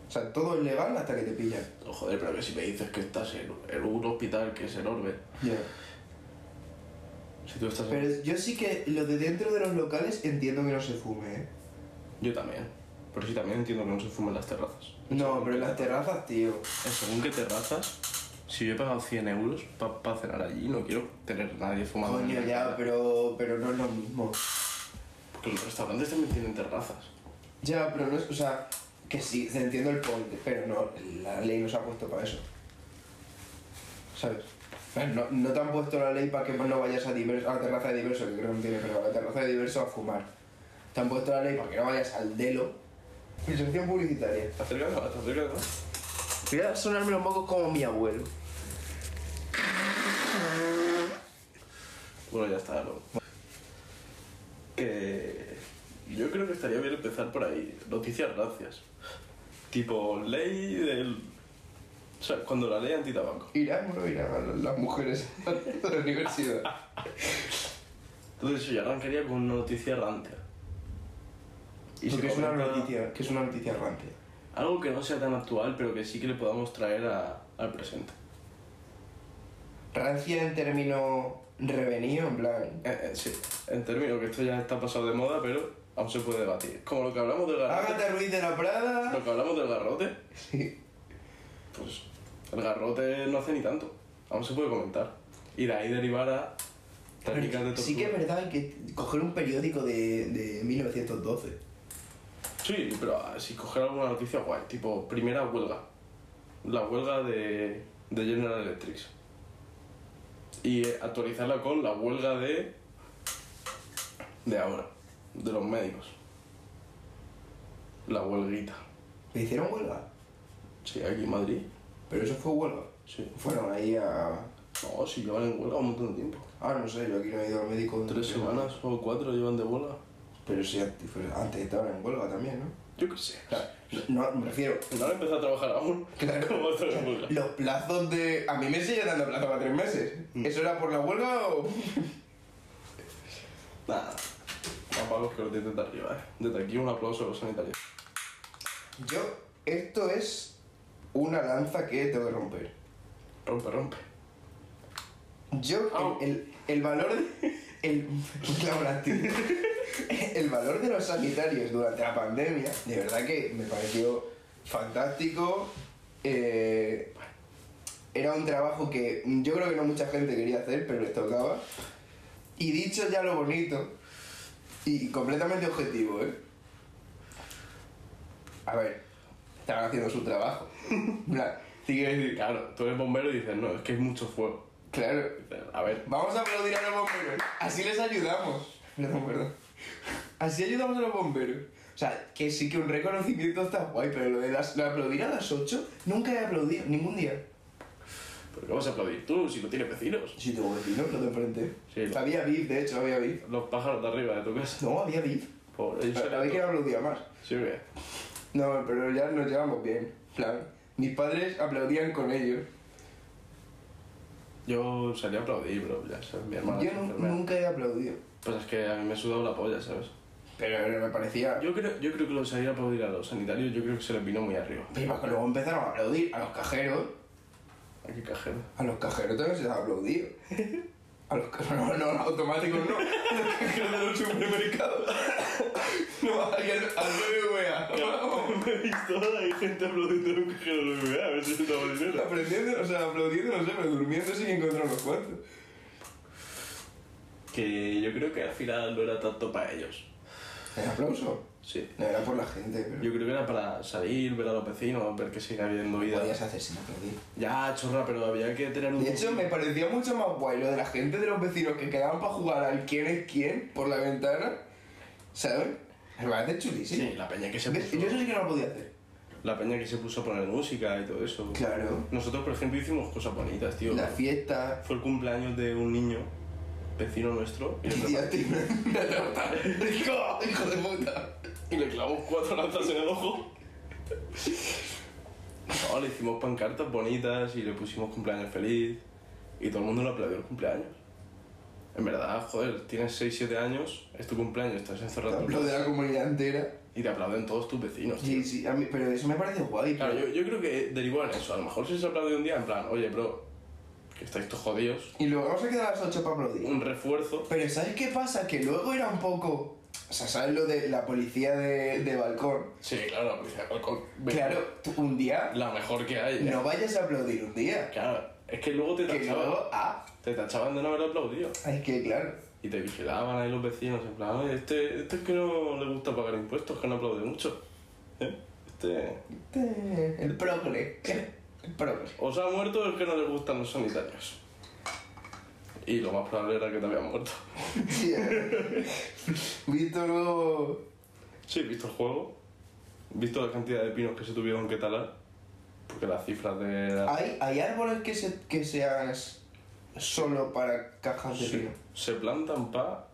Speaker 3: O sea, todo es legal hasta que te pillan.
Speaker 2: Oh, joder, pero que si me dices que estás en, en un hospital que es enorme,
Speaker 3: Ya.
Speaker 2: si tú estás en...
Speaker 3: Pero yo sí que lo de dentro de los locales entiendo que no se fume, ¿eh?
Speaker 2: Yo también. Pero sí también entiendo que no se fumen las terrazas.
Speaker 3: No, pero en las terrazas, tío.
Speaker 2: En según qué terrazas, si yo he pagado 100 euros para cenar allí, no quiero tener a nadie fumando. en
Speaker 3: Coño,
Speaker 2: la
Speaker 3: ya,
Speaker 2: cara.
Speaker 3: pero, pero no es lo mismo.
Speaker 2: Porque los restaurantes también tienen terrazas.
Speaker 3: Ya, pero no es, o sea, que sí, te entiendo el ponte, pero no, la ley nos ha puesto para eso. ¿Sabes? No, no te han puesto la ley para que no vayas a, diverso, a la terraza de diverso, que creo que no tiene, pero a la terraza de diverso a fumar. Te han puesto la ley para que no vayas al delo. Inserción publicitaria.
Speaker 2: Acércalo, acércalo.
Speaker 3: Voy a sonarme los mocos como mi abuelo.
Speaker 2: Bueno, ya está, ¿no? Que yo creo que estaría bien empezar por ahí. Noticias rancias. Tipo, ley del... O sea, cuando la ley antitabaco.
Speaker 3: Irán o no irán las mujeres a la universidad.
Speaker 2: Entonces yo ya arrancaría con una noticia rancia. se
Speaker 3: Porque es una
Speaker 2: comenta
Speaker 3: noticia, que es una noticia rancia.
Speaker 2: Algo que no sea tan actual, pero que sí que le podamos traer a- al presente.
Speaker 3: Rancia en término revenido, en plan.
Speaker 2: Eh, eh, sí, en términos que esto ya está pasado de moda, pero aún se puede debatir. Como lo que hablamos del garrote.
Speaker 3: Ágata Ruiz de la Prada.
Speaker 2: Lo que hablamos del garrote,
Speaker 3: Sí.
Speaker 2: pues el garrote no hace ni tanto. Aún se puede comentar. Y de ahí derivar a técnicas de tortura.
Speaker 3: Sí que es verdad que coger un periódico de, de 1912.
Speaker 2: Sí, pero ah, si coger alguna noticia guay, tipo primera huelga. La huelga de, de General Electric. Y eh, actualizarla con la huelga de. de ahora, de los médicos. La huelguita.
Speaker 3: ¿Le hicieron huelga?
Speaker 2: Sí, aquí en Madrid.
Speaker 3: Pero eso fue huelga.
Speaker 2: Sí.
Speaker 3: Fueron ahí a.
Speaker 2: No, si llevan en huelga un montón de tiempo.
Speaker 3: Ah, no sé, yo aquí no he ido al médico.
Speaker 2: Tres semanas o cuatro llevan de huelga.
Speaker 3: Pero sí, antes, fue- antes estaban en huelga también, ¿no?
Speaker 2: Yo qué sé.
Speaker 3: O sea, no, me refiero.
Speaker 2: No han empezado a trabajar aún.
Speaker 3: Claro.
Speaker 2: Como están en huelga.
Speaker 3: Los plazos de. A mí me sigue dando plazo para tres meses.
Speaker 2: Mm.
Speaker 3: ¿Eso era por la huelga o.?
Speaker 2: Nada. Más pagos que los dientes de arriba, eh. Desde aquí un aplauso a los sanitarios.
Speaker 3: Yo. Esto es una lanza que tengo que romper.
Speaker 2: Rompe, rompe.
Speaker 3: Yo,
Speaker 2: Au.
Speaker 3: el, el, el valor de. El, la volátil. el valor de los sanitarios durante la pandemia, de verdad que me pareció fantástico. eh, era un trabajo que yo creo que no mucha gente quería hacer, pero les tocaba. Y dicho ya lo bonito, y completamente objetivo, ¿eh? A ver, estaban haciendo su trabajo. En plan, sí quiero decir,
Speaker 2: Claro, tú eres bombero y dices, no, es que es mucho fuego.
Speaker 3: claro,
Speaker 2: Dices, A ver,
Speaker 3: Vamos a aplaudir a los bomberos. Así les ayudamos. Perdón, perdón. Así ayudamos a los bomberos. O sea, que sí que un reconocimiento está guay, pero lo de las, lo de aplaudir a las 8 nunca he aplaudido, ningún día.
Speaker 2: ¿pero qué vas a aplaudir tú si no tienes vecinos?
Speaker 3: Sí, tengo vecinos, los de enfrente.
Speaker 2: Sí, lo-
Speaker 3: Había VIP, de hecho, había VIP.
Speaker 2: Los pájaros de arriba de tu casa.
Speaker 3: No, había VIP.
Speaker 2: Pobre, yo
Speaker 3: Pero había que
Speaker 2: sé.
Speaker 3: no aplaudía más.
Speaker 2: Sí, bien.
Speaker 3: No, pero ya nos llevamos bien. En plan, mis padres aplaudían con ellos.
Speaker 2: Yo salí a aplaudir, pero ya sabes, mi hermana
Speaker 3: Yo
Speaker 2: es
Speaker 3: nu-
Speaker 2: enfermera.
Speaker 3: nunca he aplaudido.
Speaker 2: Pues es que a mí me ha sudado la polla, ¿sabes?
Speaker 3: Pero me parecía...
Speaker 2: Yo creo, yo creo que lo salir a aplaudir a los sanitarios, yo creo que se les vino muy arriba.
Speaker 3: Prima, que luego empezaron a aplaudir a los cajeros.
Speaker 2: ¿A qué cajero?
Speaker 3: A los cajeros también se les ha aplaudido. A los cajeros, no, no, a los automáticos no. A los cajeros de los supermercados. No, al, al BBVA.
Speaker 2: Me he visto hay gente aplaudiendo en un cajero de bebé, a ver si se está volviendo.
Speaker 3: Aprendiendo, o sea, aplaudiendo, no sé, pero durmiendo sí que encontraron los cuantos.
Speaker 2: Que yo creo que al final no era tanto para ellos.
Speaker 3: El aplauso.
Speaker 2: Sí.
Speaker 3: No era por la gente, pero.
Speaker 2: Yo creo que era para salir, ver a los vecinos, ver que sigue habiendo vida.
Speaker 3: Podías hacer sin aplaudir.
Speaker 2: Ya, chorra, pero había que tener un...
Speaker 3: De hecho, me parecía mucho más guay lo de la gente de los vecinos que quedaban para jugar al quién es quién por la ventana. ¿Sabes? Me parece
Speaker 2: Sí,
Speaker 3: chulísimo.
Speaker 2: la peña que se
Speaker 3: ¿Ves?
Speaker 2: puso...
Speaker 3: Yo eso sí que no lo podía hacer.
Speaker 2: La peña que se puso a poner música y todo eso.
Speaker 3: Claro.
Speaker 2: Nosotros, por ejemplo, hicimos cosas bonitas, tío.
Speaker 3: La fiesta,
Speaker 2: Fue el cumpleaños de un niño, vecino nuestro, y le,
Speaker 3: Y a ti una torta. ¡Hijo! ¡Hijo de puta!
Speaker 2: y le clavamos cuatro lanzas en el ojo. No, le hicimos pancartas bonitas y le pusimos cumpleaños feliz. Y todo el mundo le aplaudió el cumpleaños. En verdad, joder, tienes 6-7 años, es tu cumpleaños, estás encerrado en tu
Speaker 3: Lo de la comunidad entera.
Speaker 2: Y te aplauden todos tus vecinos. tío.
Speaker 3: Sí, sí, a mí, pero eso me parece guay.
Speaker 2: Claro, yo,
Speaker 3: pero-
Speaker 2: yo creo que derivó en eso. A lo mejor si se aplaude un día, en plan, oye, bro, que estáis todos jodidos.
Speaker 3: Y luego vamos a quedar a las 8 para aplaudir.
Speaker 2: Un refuerzo.
Speaker 3: Pero ¿sabes qué pasa? Que luego era un poco... O sea, ¿sabes lo de la policía de, de balcón?
Speaker 2: Sí, claro, la policía de alcohol. Ve-
Speaker 3: Claro, tú un día
Speaker 2: La mejor que hay. eh.
Speaker 3: no vayas a aplaudir un día.
Speaker 2: Claro, es que luego te
Speaker 3: Que
Speaker 2: tachaban.
Speaker 3: luego... Ah,
Speaker 2: Te tachaban de no haber aplaudido.
Speaker 3: es que claro.
Speaker 2: Y te vigilaban ahí los vecinos, en plan, oye, este, este es que no le gusta pagar impuestos, que no aplaude mucho. ¿Eh? Este.
Speaker 3: El progre. El progre.
Speaker 2: O se ha muerto el que no le gustan los sanitarios. Y lo más probable era que te había muerto.
Speaker 3: Víctor Hugo.
Speaker 2: Sí, visto el juego, visto la cantidad de pinos que se tuvieron que talar, porque las cifras de... la-
Speaker 3: ¿Hay, hay árboles que se que sean s- solo para cajas de
Speaker 2: Sí.
Speaker 3: pino.
Speaker 2: Se plantan para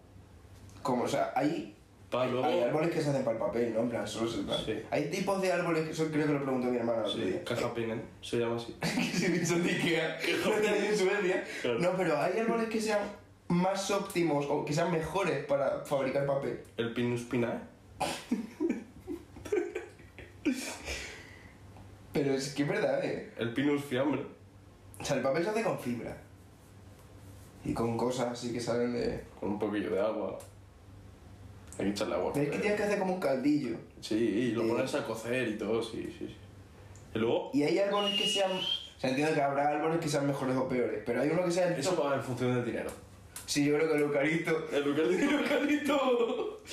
Speaker 3: Como, o sea, hay,
Speaker 2: pa
Speaker 3: hay,
Speaker 2: Ah, luego...
Speaker 3: hay árboles que se hacen para el papel, ¿no? En plan, solo se
Speaker 2: Sí.
Speaker 3: Hay tipos de árboles que son, creo que lo preguntó mi hermana el otro
Speaker 2: Sí,
Speaker 3: día.
Speaker 2: caja pinen, se llama así.
Speaker 3: que se dicen de Ikea, no están en Suecia.
Speaker 2: Claro.
Speaker 3: No, pero hay árboles que sean más óptimos o que sean mejores para fabricar papel.
Speaker 2: El pinus pinae.
Speaker 3: Pero es que es verdad, ¿eh?
Speaker 2: El pinus fiambre.
Speaker 3: O sea, el papel se hace con fibra. Y con cosas así que salen de...
Speaker 2: Con un poquillo de agua. Hay que echarle agua.
Speaker 3: Pero es que tienes que hacer como un caldillo.
Speaker 2: Sí, y lo
Speaker 3: Eh.
Speaker 2: pones a cocer y todo, sí, sí, sí. Y luego,
Speaker 3: Y hay árboles que sean... O sea, entiendo que habrá árboles que sean mejores o peores, pero hay uno que sea el
Speaker 2: eso
Speaker 3: top.
Speaker 2: va en función del dinero.
Speaker 3: Sí, yo creo que el eucalipto
Speaker 2: El eucalipto, el eucalipto.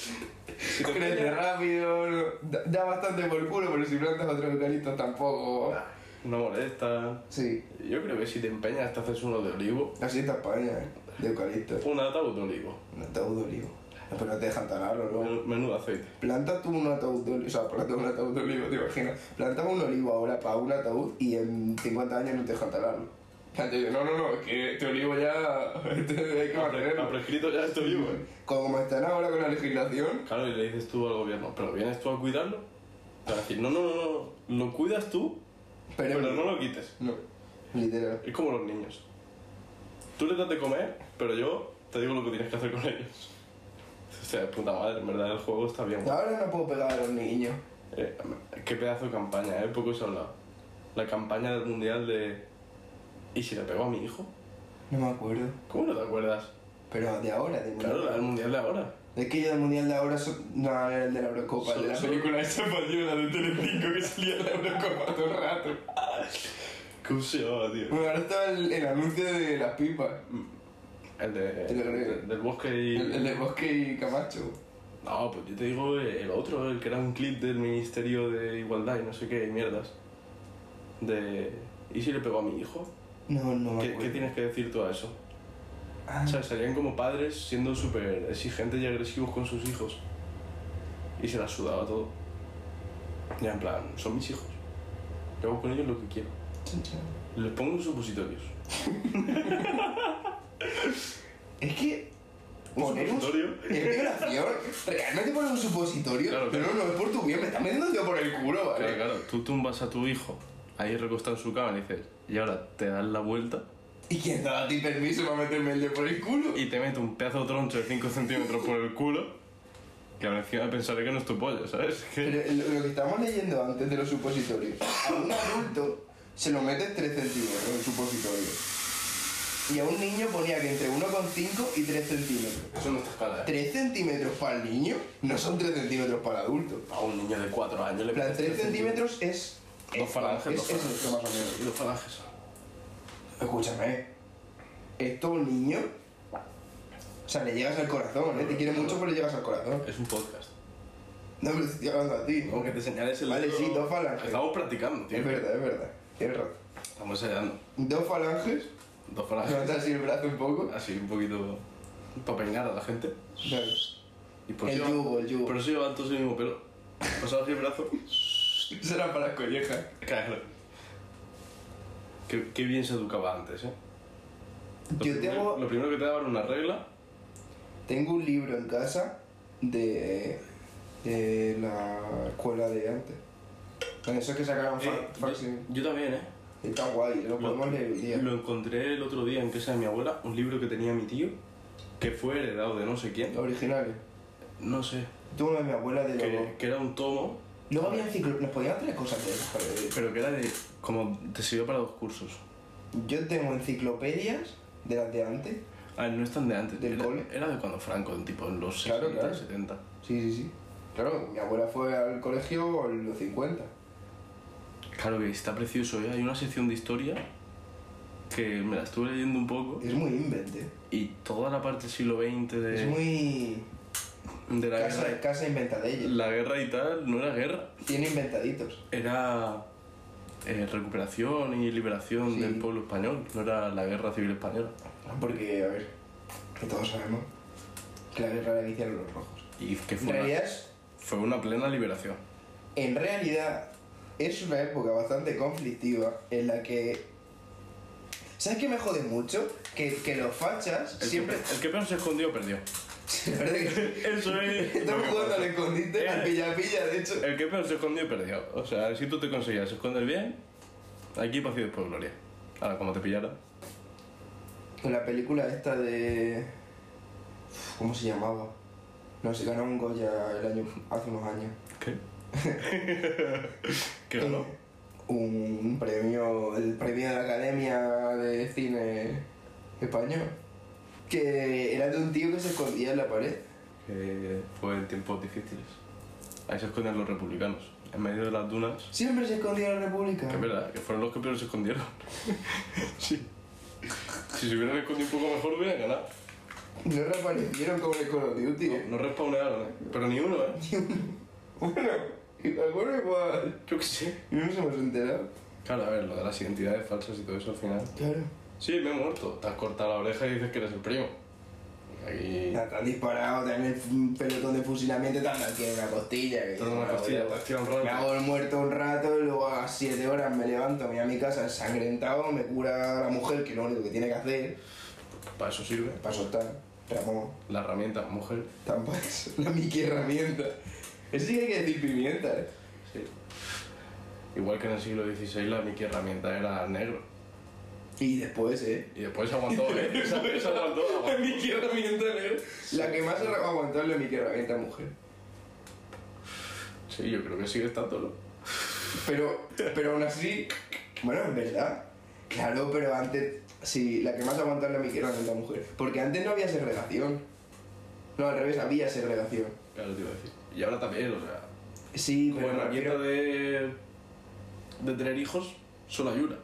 Speaker 2: Si te
Speaker 3: crece
Speaker 2: callas,
Speaker 3: rápido, no- da, da bastante por culo, pero si plantas otro eucalipto tampoco...
Speaker 2: no molesta.
Speaker 3: Sí,
Speaker 2: Yo creo que si te empeñas te haces uno de olivo.
Speaker 3: así está España, ¿eh? De eucalipto.
Speaker 2: Un ataúd de olivo.
Speaker 3: Un ataúd de olivo. No, pero no te dejan talarlo luego.
Speaker 2: Menu- Menudo aceite.
Speaker 3: Planta tú un ataúd de olivo, o sea, planta un ataúd de olivo, te imaginas. Planta un olivo ahora para un ataúd y en 50 años no te dejan talarlo. Planta yo, no, no, no, es que este olivo ya este hay que
Speaker 2: Ha pre- ha
Speaker 3: mantenerlo.
Speaker 2: prescrito ya este olivo, eh.
Speaker 3: Como están ahora con la legislación,
Speaker 2: Claro, y le dices tú al gobierno, pero vienes tú a cuidarlo. Te va a decir, no, no, no, no, lo cuidas tú,
Speaker 3: pero,
Speaker 2: pero no lo quites.
Speaker 3: No, literal.
Speaker 2: Es como los niños. Tú les das de comer, pero yo te digo lo que tienes que hacer con ellos. O sea, de puta madre, en verdad el juego está bien.
Speaker 3: Ahora no puedo pegar a los niños.
Speaker 2: Eh, qué pedazo de campaña, ¿eh? Poco se ha hablado. La campaña del mundial de... ¿Y si le pego a mi hijo?
Speaker 3: No me acuerdo.
Speaker 2: ¿Cómo no te acuerdas?
Speaker 3: Pero de ahora, de
Speaker 2: Claro, la del mundial de ahora.
Speaker 3: Es que yo del mundial de ahora son- No, era el de la Eurocopa, el de la
Speaker 2: Solo-
Speaker 3: película esa española de Telecinco que salía en la Eurocopa todo el rato.
Speaker 2: ¿Cómo se llamaba, tío?
Speaker 3: Bueno, ahora estaba el, el anuncio de las pipas.
Speaker 2: El de...
Speaker 3: El de-
Speaker 2: del- del bosque y...
Speaker 3: El, el de Bosque y Camacho.
Speaker 2: No, pues yo te digo el otro, el que era un clip del Ministerio de Igualdad y no sé qué, y mierdas. De... ¿Y si le pego a mi hijo?
Speaker 3: No, no me
Speaker 2: ¿Qué,
Speaker 3: acuerdo.
Speaker 2: qué tienes que decir tú a eso?
Speaker 3: Ah,
Speaker 2: O sea, serían como padres siendo súper exigentes y agresivos con sus hijos. Y se las sudaba todo. Ya, en plan, son mis hijos. Yo hago con ellos lo que quiero.
Speaker 3: chan, chan.
Speaker 2: Les pongo supositorios.
Speaker 3: Es que... Poner un...
Speaker 2: supositorio?
Speaker 3: Es violación. Realmente poner un supositorio.
Speaker 2: Claro,
Speaker 3: pero
Speaker 2: claro.
Speaker 3: no, no, es por tu bien. Me estás metiendo tío por el culo, ¿vale?
Speaker 2: Claro, claro, tú tumbas a tu hijo ahí recostado en su cama y le dices, y ahora te das la vuelta
Speaker 3: ¿Y quién te da a ti permiso para meterme el dedo por el culo?
Speaker 2: y te meto un pedazo de troncho de 5 centímetros por el culo. Que ahora encima pensaré que no es tu pollo, ¿sabes? Que...
Speaker 3: Pero lo, lo que estábamos leyendo antes de los supositorios, a un adulto se lo metes 3 centímetros en el supositorio. Y a un niño ponía que entre 1,5 y 3 centímetros.
Speaker 2: Eso no está escala, ¿eh?
Speaker 3: 3 centímetros para el niño no son 3 centímetros para el adulto.
Speaker 2: A un niño de 4 años le
Speaker 3: En plan,
Speaker 2: metes
Speaker 3: 3
Speaker 2: tres
Speaker 3: centímetros es.
Speaker 2: Dos falanges,
Speaker 3: es,
Speaker 2: dos
Speaker 3: es
Speaker 2: falanges.
Speaker 3: esto más o menos.
Speaker 2: Y dos falanges.
Speaker 3: Escúchame, esto a un niño. O sea, le llegas al corazón, ¿eh? Te quiere mucho, pero le llegas al corazón.
Speaker 2: Es un podcast.
Speaker 3: No, pero estoy hablando a ti.
Speaker 2: Como que te señales el
Speaker 3: Vale,
Speaker 2: dedo.
Speaker 3: sí, dos falanges.
Speaker 2: Estamos practicando, tío.
Speaker 3: Es verdad, es verdad. Tienes razón.
Speaker 2: Estamos ensayando.
Speaker 3: Dos falanges.
Speaker 2: Dos
Speaker 3: Ah.
Speaker 2: falanges.
Speaker 3: Levantas así el brazo un poco.
Speaker 2: Así un poquito. Para peinar a la gente.
Speaker 3: Claro.
Speaker 2: Y por
Speaker 3: El
Speaker 2: eso llevan-
Speaker 3: yugo, el yugo.
Speaker 2: Por eso llevan todos el mismo pelo. Pasados el brazo.
Speaker 3: Será para las collejas.
Speaker 2: Claro. Qué, qué bien se educaba antes, eh. Lo,
Speaker 3: Yo
Speaker 2: primero,
Speaker 3: tengo,
Speaker 2: lo primero que te daban una regla.
Speaker 3: tengo un libro en casa de, de la escuela de antes. Con eso que sacaron Ah, fa-
Speaker 2: Eh,
Speaker 3: facsímil.
Speaker 2: yo, yo también, eh.
Speaker 3: Está guay, lo podemos leer hoy día.
Speaker 2: lo encontré el otro día en casa de mi abuela, un libro que tenía mi tío, que fue heredado de no sé quién.
Speaker 3: Originales.
Speaker 2: No sé.
Speaker 3: Tengo uno de mi abuela de
Speaker 2: Que,
Speaker 3: luego.
Speaker 2: que era un tomo
Speaker 3: Luego había enciclo... Nos podían traer cosas de esas, eh, joder.
Speaker 2: Pero que era de. Como te sirvió para dos cursos.
Speaker 3: Yo tengo enciclopedias de las de antes.
Speaker 2: Ah, no es tan de antes.
Speaker 3: ¿Del
Speaker 2: era,
Speaker 3: cole?
Speaker 2: Era de cuando Franco, en tipo en los
Speaker 3: Claro,
Speaker 2: 60,
Speaker 3: claro.
Speaker 2: 70.
Speaker 3: Sí, sí, sí. Claro, mi abuela fue al colegio en los 50.
Speaker 2: Claro que está precioso, ¿eh? Hay una sección de historia que me la estuve leyendo un poco.
Speaker 3: Es muy invente.
Speaker 2: Y toda la parte del siglo XX de,
Speaker 3: Es muy...
Speaker 2: de la
Speaker 3: Casa,
Speaker 2: guerra.
Speaker 3: casa inventadella.
Speaker 2: La guerra y tal no era guerra,
Speaker 3: Tiene inventaditos.
Speaker 2: era eh, recuperación y liberación
Speaker 3: Sí.
Speaker 2: del pueblo español, no era la guerra civil española.
Speaker 3: Porque, a ver, que todos sabemos que la guerra la iniciaron los rojos.
Speaker 2: Y que
Speaker 3: En
Speaker 2: fue una,
Speaker 3: realidad,
Speaker 2: fue una plena liberación.
Speaker 3: en realidad, es una época bastante conflictiva en la que. ¿Sabes qué me jode mucho? Que, que los fachas
Speaker 2: El,
Speaker 3: siempre.
Speaker 2: que, el que peor se escondió perdió.
Speaker 3: La verdad que.
Speaker 2: Eso es. lo
Speaker 3: Estamos
Speaker 2: que
Speaker 3: jugando
Speaker 2: pasa.
Speaker 3: al escondite,
Speaker 2: Eh.
Speaker 3: al pilla-pilla, de hecho.
Speaker 2: El que peor se escondió perdió. O sea, si tú te conseguías esconder bien, aquí paz y después gloria. Ahora, como te pillara.
Speaker 3: Con la película esta de. Uf, ¿Cómo se llamaba? No sé, ganó un Goya el año, hace unos años.
Speaker 2: ¿Qué? ¿Qué ganó?
Speaker 3: Eh, Un premio, el premio de la Academia de Cine Español. Que era de un tío que se escondía en la pared.
Speaker 2: Que fue en tiempos difíciles. Ahí se esconden los republicanos. En medio de las dunas.
Speaker 3: Siempre se escondía en la República.
Speaker 2: Que es verdad, que fueron los que peor se escondieron. sí. Si se hubieran escondido un poco mejor, hubieran ganado.
Speaker 3: No reaparecieron como en Call of Duty. eh.
Speaker 2: No, no respawnearon, ¿eh? Pero ni uno, ¿eh?
Speaker 3: Bueno, y alguno igual.
Speaker 2: Yo qué sé.
Speaker 3: Y no nos hemos enterado.
Speaker 2: Claro, a ver, lo de las identidades falsas y todo eso al final.
Speaker 3: Claro.
Speaker 2: Sí, me he muerto. Te has cortado la oreja y dices que eres el primo. Aquí.
Speaker 3: Ya Te han disparado, te han el un pelotón de fusilamiento, te han dado aquí una costilla. que
Speaker 2: Te has dado una costilla, te has tirado un
Speaker 3: Me
Speaker 2: rato.
Speaker 3: hago el muerto un rato y luego a las 7 horas me levanto, me voy a mi casa ensangrentado, me cura la mujer, que es lo único que tiene que hacer,
Speaker 2: Para eso sirve.
Speaker 3: para soltar, Ramón,
Speaker 2: La herramienta, mujer.
Speaker 3: tampoco es la Mickey herramienta. Eso sí que hay que decir pimienta, eh.
Speaker 2: Sí. Igual que en el siglo XVI la Mickey herramienta era negro.
Speaker 3: Y después, eh.
Speaker 2: Y después aguantó, ¿eh? Esa esa aguantó, aguantó.
Speaker 3: Mickey herramienta, eh. La que más ha aguantado es la Mickey herramienta mujer.
Speaker 2: Sí, yo creo que sigue estando, ¿no?
Speaker 3: Pero, pero aún así, bueno, es verdad. Claro, pero antes, sí, la que más aguantaba la miquera era la mujer. Porque antes no había segregación. No, al revés, había segregación.
Speaker 2: Claro, te iba a decir. Y ahora también, o sea.
Speaker 3: Sí,
Speaker 2: Como
Speaker 3: pero, me
Speaker 2: herramienta
Speaker 3: refiero-
Speaker 2: de. de tener hijos, solo hay una.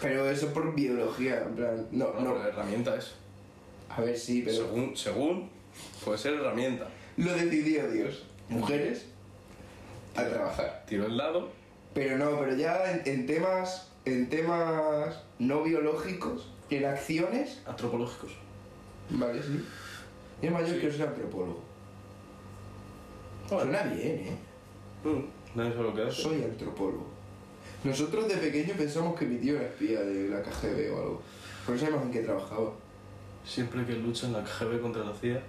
Speaker 3: pero eso por biología, en plan, no,
Speaker 2: No,
Speaker 3: no.
Speaker 2: pero herramienta es.
Speaker 3: A ver, sí, pero
Speaker 2: Según, según, puede ser herramienta.
Speaker 3: lo decidió Dios. Mujeres a trabajar.
Speaker 2: Tiro el lado,
Speaker 3: Pero no, pero ya en, en temas, en temas no biológicos, en acciones,
Speaker 2: antropológicos.
Speaker 3: vale, sí. Yo mayor
Speaker 2: Sí.
Speaker 3: quiero ser antropólogo.
Speaker 2: Joder.
Speaker 3: Suena bien, eh.
Speaker 2: Mm, nadie sabe lo que hace.
Speaker 3: Soy antropólogo. Nosotros de pequeños pensamos que mi tío era espía de la KGB o algo. Pero no sabemos en qué trabajaba.
Speaker 2: Siempre que luchan la KGB contra la CIA.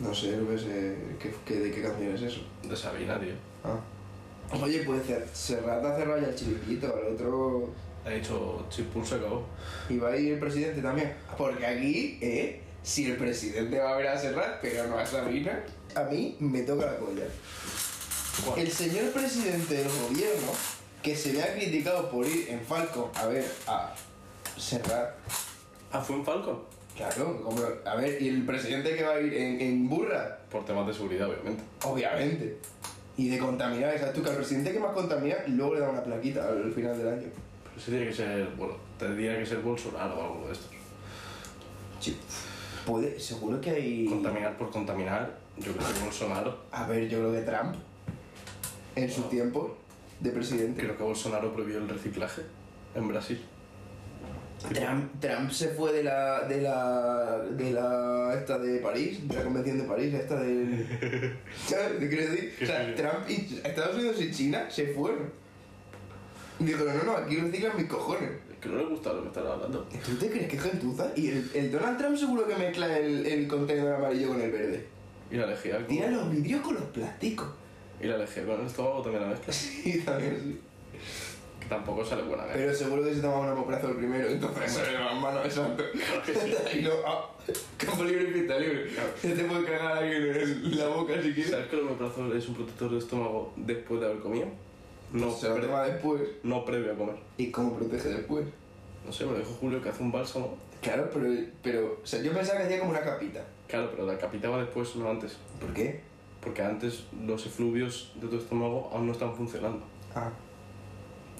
Speaker 3: No sé, no sé qué, qué- de qué canción es eso.
Speaker 2: De Sabina, tío.
Speaker 3: Ah. Oye, pues Cer- Serrat ha cerrado ya el chiringuito, al otro...
Speaker 2: Ha dicho, Chipul se acabó.
Speaker 3: Y va a ir el presidente también. Porque aquí, ¿eh? Si el presidente va a ver a Serrat, pero no a Sabina, a mí me toca la polla.
Speaker 2: ¿Cuál?
Speaker 3: El señor presidente del gobierno, que se le ha criticado por ir en Falco a ver a Serrat,
Speaker 2: Ah, fue un Falcon.
Speaker 3: Claro, como, a ver, y el presidente que va a ir en, en burra,
Speaker 2: Por temas de seguridad, obviamente.
Speaker 3: obviamente. Y de contaminar, ¿sabes tú? Que al presidente que más contamina, luego le da una plaquita al final del año.
Speaker 2: Pero sí tiene que ser, bueno, tendría que ser Bolsonaro o algo de estos.
Speaker 3: Sí. Puede, seguro que hay.
Speaker 2: Contaminar por contaminar, yo creo que Bolsonaro.
Speaker 3: A ver, yo creo que Trump, en su tiempo de presidente.
Speaker 2: Creo que Bolsonaro prohibió el reciclaje en Brasil.
Speaker 3: Trump, Trump se fue de la. de la. de la. esta de París, de la convención de París, esta de. ¿Sabes? ¿Te quiero decir? O sea, Trump y Estados Unidos y China se fueron. Dijo, no, no, aquí reciclan mis cojones.
Speaker 2: Es que no le gusta lo que están hablando.
Speaker 3: ¿Tú te crees que es gentuza? Y el, el Donald Trump seguro que mezcla el, el contenedor amarillo con el verde.
Speaker 2: Y la lejía con,
Speaker 3: Tira los vidrios con los plásticos.
Speaker 2: y la lejía con el estómago también la mezcla.
Speaker 3: Sí, también sí.
Speaker 2: Que tampoco sale buena, ¿eh?
Speaker 3: Pero seguro que se toma un amoplazo el primero, entonces se le va en mano, exacto. y no, ah, campo libre y pista libre. Se te puede cagar alguien en la boca si quieres.
Speaker 2: ¿Sabes que el omeprazol es un protector de estómago después de haber comido? No,
Speaker 3: se lo
Speaker 2: pre-
Speaker 3: toma después.
Speaker 2: no previo a comer.
Speaker 3: ¿Y cómo protege después?
Speaker 2: No sé, me lo dijo Julio que hace un bálsamo.
Speaker 3: Claro, pero, pero o sea, yo pensaba que hacía como una capita.
Speaker 2: Claro, pero la capitaba después, no antes.
Speaker 3: ¿Por qué?
Speaker 2: Porque antes los efluvios de tu estómago aún no están funcionando.
Speaker 3: Ah,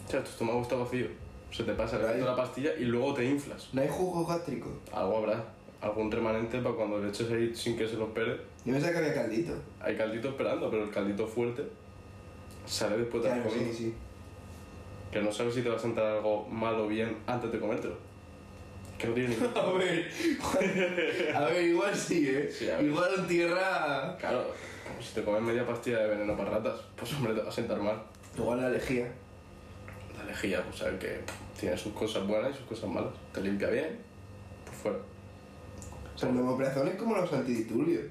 Speaker 2: O sea, tu estómago está vacío. Se te pasa el
Speaker 3: Ahí.
Speaker 2: efecto de la pastilla y luego te inflas.
Speaker 3: no hay jugo gástrico.
Speaker 2: Algo habrá. Algún remanente para cuando le eches ahí sin que se lo espere.
Speaker 3: Yo pensaba que había caldito.
Speaker 2: Hay caldito esperando, pero el caldito fuerte sale después de la
Speaker 3: Claro,
Speaker 2: comida.
Speaker 3: sí, sí.
Speaker 2: Que que no sabes si te va a sentar algo malo o bien antes de comértelo. Que no tiene ningún
Speaker 1: A ver, a ver, igual sí, ¿eh?
Speaker 2: Sí, a ver.
Speaker 1: igual en tierra...
Speaker 2: Claro, como si te comes media pastilla de veneno para ratas, pues hombre, te va a sentar mal.
Speaker 3: Igual la lejía.
Speaker 2: La lejía, o sea que tiene sus cosas buenas y sus cosas malas. Te limpia bien, pues fuera.
Speaker 3: O sea, el omeprazol es como los antidisturbios.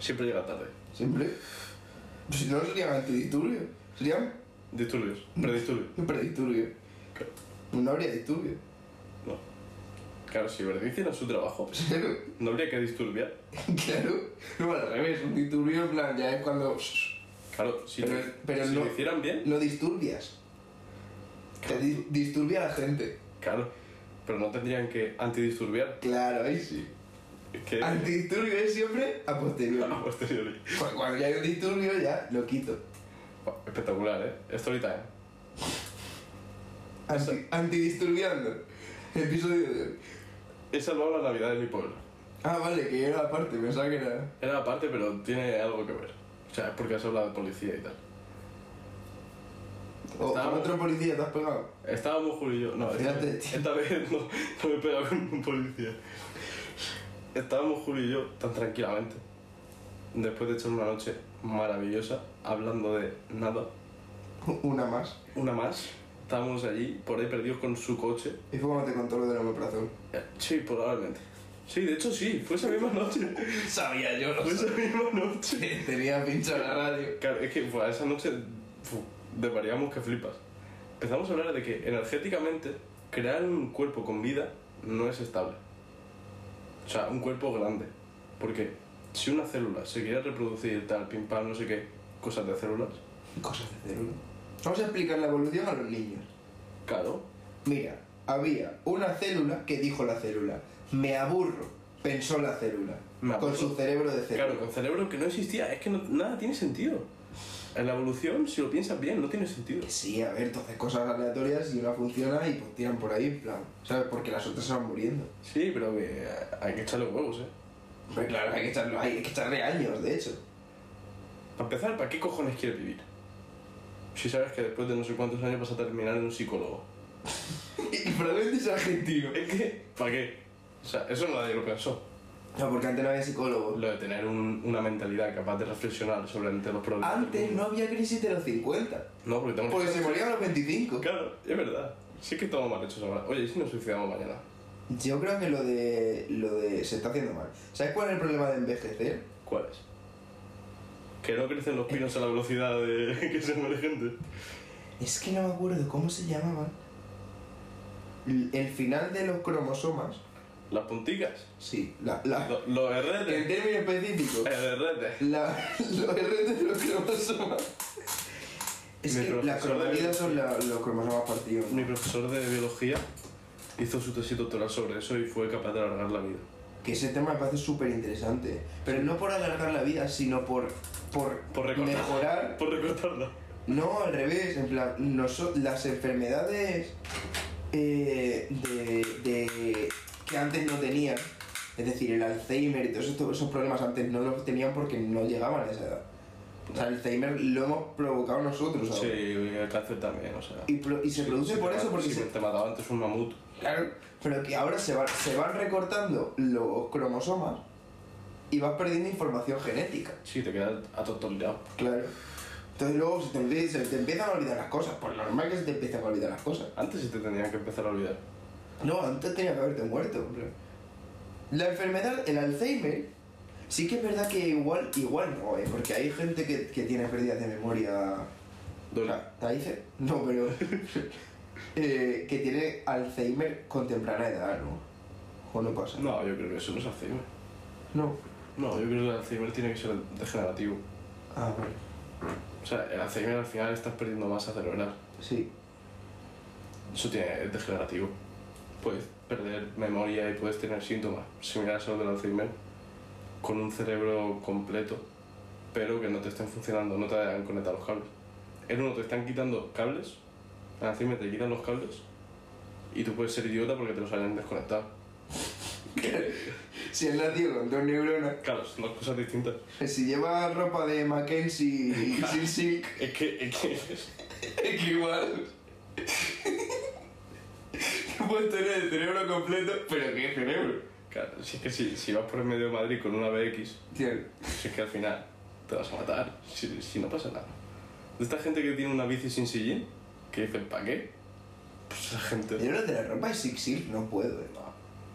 Speaker 2: Siempre llega tarde.
Speaker 3: Siempre. Si no serían antidisturbios, serían
Speaker 2: Disturbios, predisturbios.
Speaker 3: predisturbios.
Speaker 2: Claro.
Speaker 3: No habría disturbios.
Speaker 2: No. Claro, si Verdi hiciera su trabajo, pues,
Speaker 3: Claro,
Speaker 2: no habría que disturbiar.
Speaker 3: claro. No, al revés, un disturbio en plan ya es cuando shh,
Speaker 2: Claro, si,
Speaker 3: Pero-
Speaker 2: lo,
Speaker 3: pero
Speaker 2: si
Speaker 3: no-
Speaker 2: lo hicieran bien,
Speaker 3: no disturbias. Te di- disturbia a la gente.
Speaker 2: claro. Pero no tendrían que antidisturbiar.
Speaker 3: Claro, ahí sí.
Speaker 2: Es que...
Speaker 3: Antidisturbio es siempre a posteriori.
Speaker 2: A posteriori.
Speaker 3: Cu- Cuando ya hay un disturbio, ya lo quito.
Speaker 2: Buah, Espectacular, ¿eh? Story time.
Speaker 3: Anti- antidisturbiando. Episodio de hoy.
Speaker 2: He salvado la Navidad de mi pueblo.
Speaker 3: Ah, vale, que era la parte, pensaba que era.
Speaker 2: Era aparte, pero tiene algo que ver. O sea, es porque has hablado de policía y tal.
Speaker 3: O
Speaker 2: Estaba-
Speaker 3: Oh, con otro policía te has pegado.
Speaker 2: Estábamos Julio y yo. No, esta,
Speaker 3: Fíjate, tío.
Speaker 2: esta vez no, no me he pegado con un policía. Estábamos Julio y yo tan tranquilamente. Después de echar una noche maravillosa, hablando de nada,
Speaker 3: Una más.
Speaker 2: una más. Estábamos allí, por ahí perdidos con su coche.
Speaker 3: Y fue cuando te contó lo del omeprazol.
Speaker 2: Eh, Sí, probablemente. Sí, de hecho sí, fue esa misma noche.
Speaker 3: Sabía yo,
Speaker 2: Fue esa misma noche.
Speaker 3: Tenía pincho la radio.
Speaker 2: Claro, es que fue esa noche fu, desvariamos que flipas. Empezamos a hablar de que energéticamente crear un cuerpo con vida no es estable. O sea, un cuerpo grande. Porque si una célula se quiere reproducir tal, pim pam, no sé qué, cosas de células,
Speaker 3: Cosas de cerebro. Vamos a explicar la evolución a los niños.
Speaker 2: claro,
Speaker 3: Mira, había una célula que dijo la célula. Me aburro, pensó la célula.
Speaker 2: Me
Speaker 3: con
Speaker 2: aburro.
Speaker 3: su cerebro de
Speaker 2: claro,
Speaker 3: cerebro.
Speaker 2: con cerebro que no existía, es que no- nada tiene sentido. En la evolución, si lo piensas bien, no tiene sentido.
Speaker 3: Que sí, a ver, entonces cosas aleatorias y una funciona y pues tiran por ahí, en plan, ¿sabes? Porque las otras se van muriendo.
Speaker 2: Sí, pero que eh, hay que echarle huevos, ¿eh?
Speaker 3: Pero claro, hay que, echarlo, hay que echarle años, de hecho.
Speaker 2: Para empezar, ¿para qué cojones quieres vivir? Si sabes que después de no sé cuántos años vas a terminar en un psicólogo.
Speaker 3: Y probablemente es argentino.
Speaker 2: Es que, ¿para qué? O sea, eso nadie lo pensó.
Speaker 3: No, porque antes no había psicólogo.
Speaker 2: Lo de tener un- una mentalidad capaz de reflexionar sobre ante los problemas. del
Speaker 3: Antes no
Speaker 2: mundo.
Speaker 3: había crisis de los 50.
Speaker 2: No, porque tenemos
Speaker 3: Porque se morían a los 25.
Speaker 2: Claro, es verdad. Sí que estamos mal hechos ahora. Oye, ¿y si nos suicidamos mañana?
Speaker 3: Yo creo que lo de. lo de. se está haciendo mal. ¿Sabes cuál es el problema de envejecer?
Speaker 2: ¿Cuál es? Que no crecen los pinos a la velocidad de que se muere gente.
Speaker 3: Es que no me acuerdo cómo se llamaban. L- El final de los cromosomas.
Speaker 2: Las punticas.
Speaker 3: Sí, la. la
Speaker 2: Lo- Los
Speaker 3: en
Speaker 2: herretes.
Speaker 3: términos específicos.
Speaker 2: El herrete.
Speaker 3: La, los RT de los cromosomas. Es
Speaker 2: Mi
Speaker 3: que las
Speaker 2: profesor de
Speaker 3: cromatidas son la- los cromosomas partidos.
Speaker 2: Mi profesor de biología hizo su tesis doctoral sobre eso y fue capaz de alargar la vida.
Speaker 3: Que ese tema me parece súper interesante. Pero no por alargar la vida, sino por, por,
Speaker 2: Por recortar.
Speaker 3: mejorar.
Speaker 2: Por recortarla.
Speaker 3: No, al revés. En plan, noso- las enfermedades eh, de, de- que antes no tenían, es decir, el Alzheimer y todos estos- esos problemas antes no los tenían porque no llegaban a esa edad. O sea, el Alzheimer lo hemos provocado nosotros ahora.
Speaker 2: Sí, y el cáncer también, o sea.
Speaker 3: Y, pro- y se produce
Speaker 2: Si
Speaker 3: por
Speaker 2: te
Speaker 3: eso,
Speaker 2: ma-
Speaker 3: porque
Speaker 2: si
Speaker 3: se,
Speaker 2: te mataba antes un mamut.
Speaker 3: Claro, pero que ahora se, van- se van recortando los cromosomas y vas perdiendo información genética.
Speaker 2: Sí, te quedas atontolado.
Speaker 3: Claro. Entonces luego se te, olvida- se te empiezan a olvidar las cosas. Por normal que se te empiezan a olvidar las cosas.
Speaker 2: Antes sí te tenían que empezar a olvidar.
Speaker 3: No, antes tenía que haberte muerto. hombre. La enfermedad, el Alzheimer, sí que es verdad que igual, igual no, ¿eh? porque hay gente que, que tiene pérdidas de memoria
Speaker 2: Duele.
Speaker 3: ¿La hice? No, pero. eh, que tiene Alzheimer con temprana edad, ¿no? O no pasa.
Speaker 2: No, yo creo que eso no es Alzheimer.
Speaker 3: No.
Speaker 2: No, yo creo que el Alzheimer tiene que ser degenerativo.
Speaker 3: Ah, vale.
Speaker 2: O sea, el Alzheimer al final estás perdiendo masa cerebral.
Speaker 3: Sí.
Speaker 2: Eso tiene, es degenerativo. Puedes perder memoria y puedes tener síntomas similares a los del Alzheimer con un cerebro completo, pero que no te estén funcionando, no te hayan conectado los cables. En uno te están quitando cables, en Alzheimer te quitan los cables y tú puedes ser idiota porque te los hayan desconectado.
Speaker 3: Si él nacido con dos neuronas,
Speaker 2: Claro, son dos cosas distintas.
Speaker 3: si lleva ropa de Mackenzie y Silk Silk,
Speaker 2: Es que, es que
Speaker 4: Es que igual. Puedes tener el cerebro completo, pero ¿qué cerebro?
Speaker 2: Claro, si es que si, si vas por el medio de Madrid con una BX,
Speaker 4: Tío,
Speaker 2: si es que al final te vas a matar, si, si no pasa nada. De esta gente que tiene una bici sin sillín, que dicen, ¿para qué? Pues esa gente...
Speaker 3: Yo lo de la ropa es Sixil, no puedo, eh.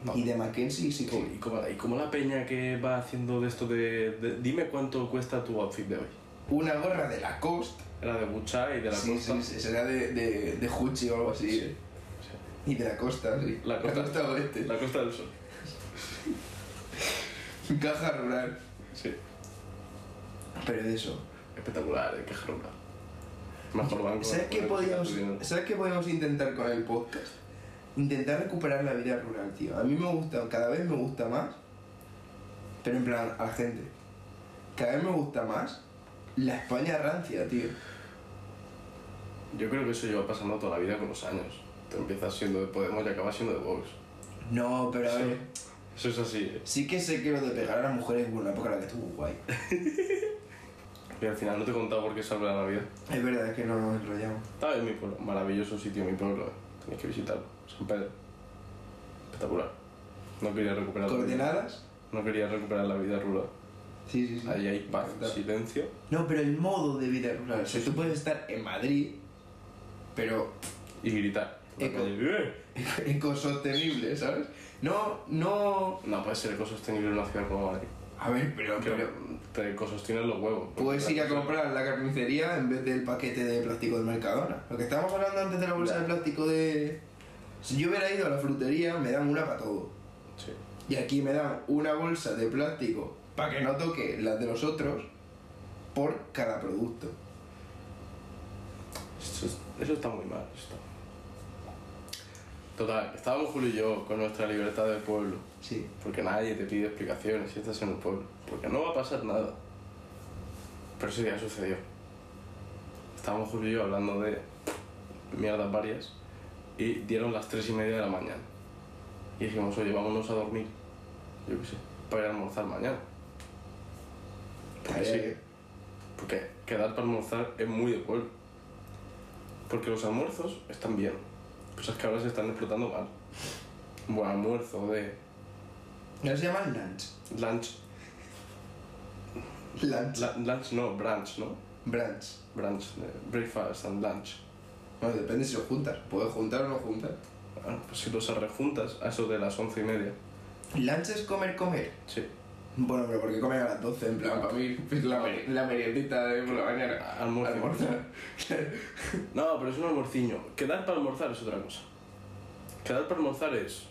Speaker 2: No.
Speaker 3: Y de Mackenzie sí
Speaker 2: Y como, y como la peña que va haciendo de esto de, de- Dime cuánto cuesta tu outfit de hoy.
Speaker 3: Una gorra de Lacoste.
Speaker 2: Era de Bucha y de la
Speaker 3: sí,
Speaker 2: costa.
Speaker 3: sí, sí, será de, de, de Juchi o algo así.
Speaker 2: Sí,
Speaker 3: eh. Y de la costa, sí.
Speaker 2: La costa.
Speaker 3: oeste.
Speaker 2: La Costa del Sol.
Speaker 3: Caja rural.
Speaker 2: Sí.
Speaker 3: Pero eso.
Speaker 2: Espectacular, eh, qué jarrona. Mejor banco.
Speaker 3: ¿Sabes
Speaker 2: mejor
Speaker 3: qué,
Speaker 2: banco,
Speaker 3: podíamos,
Speaker 2: tu dinero.
Speaker 3: ¿Sabes qué podíamos intentar con el podcast? Intentar recuperar la vida rural, tío. A mí me gusta, cada vez me gusta más. Pero en plan, a la gente. Cada vez me gusta más la España rancia, tío.
Speaker 2: Yo creo que eso lleva pasando toda la vida con los años. Te empiezas siendo de Podemos y acabas siendo de Vox.
Speaker 3: No, pero a
Speaker 2: Sí.
Speaker 3: ver.
Speaker 2: Eso es así. eh.
Speaker 3: Sí que sé que lo de pegar a las mujeres hubo una época en la que estuvo guay.
Speaker 2: Y al final no te he contado por qué salve la Navidad.
Speaker 3: Es verdad, es que no nos enrollamos.
Speaker 2: Estaba en mi pueblo. Maravilloso sitio, mi pueblo. eh. Tenéis que visitarlo. San Pedro. Espectacular. No quería recuperar la vida.
Speaker 3: ¿Coordenadas?
Speaker 2: No quería recuperar la vida rural.
Speaker 3: Sí, sí, sí.
Speaker 2: Ahí hay paz,
Speaker 3: Verdad.
Speaker 2: silencio.
Speaker 3: No, pero el modo de vida rural. O sea, tú puedes estar en Madrid, pero
Speaker 2: Y gritar. por la
Speaker 3: Eco.
Speaker 2: calle. ¡Eh!
Speaker 3: ecosostenible, ¿sabes? No, no.
Speaker 2: No puede ser ecosostenible en una ciudad como Madrid.
Speaker 3: A ver, Ah, pero,
Speaker 2: Que
Speaker 3: pero
Speaker 2: te ecosostienes los huevos.
Speaker 3: puedes ir a comprar a la carnicería en vez del paquete de plástico del Mercadona. Lo que estábamos hablando antes de la bolsa de plástico de. Si yo hubiera ido a la frutería, me dan una para todo.
Speaker 2: Sí.
Speaker 3: Y aquí me dan una bolsa de plástico para que no toque las de los otros por cada producto.
Speaker 2: Eso, es- eso está muy mal. eso está mal. Total, estábamos Julio y yo con nuestra libertad del pueblo.
Speaker 3: Sí.
Speaker 2: Porque nadie te pide explicaciones si estás en un pueblo. Porque no va a pasar nada. Pero eso ya sucedió. Estábamos Julio y yo hablando de mierdas varias y dieron las tres y media de la mañana. Y dijimos, oye, vámonos a dormir. Yo qué sé, para ir a almorzar mañana. Porque sí, porque quedar para almorzar es muy de pueblo. Porque los almuerzos están bien. Cosas que ahora se están explotando mal. Un buen almuerzo de
Speaker 3: ¿No se llaman lunch?
Speaker 2: lunch
Speaker 3: Lunch.
Speaker 2: La- lunch no, brunch, ¿no?
Speaker 3: Branch.
Speaker 2: Brunch, eh, breakfast and lunch.
Speaker 3: Bueno, depende si lo juntas. Puedes juntar o no juntar.
Speaker 2: Ah, pues si los rejuntas a eso de las once y media.
Speaker 3: Lunch es comer, comer.
Speaker 2: Sí.
Speaker 3: Bueno, pero ¿por qué comer a las 12? En plan, para mí, pues, la, la meriendita de por la mañana.
Speaker 2: Almuerzo.
Speaker 3: Almorzar.
Speaker 2: No, pero es un almorciño. Quedar para almorzar es otra cosa. Quedar para almorzar es...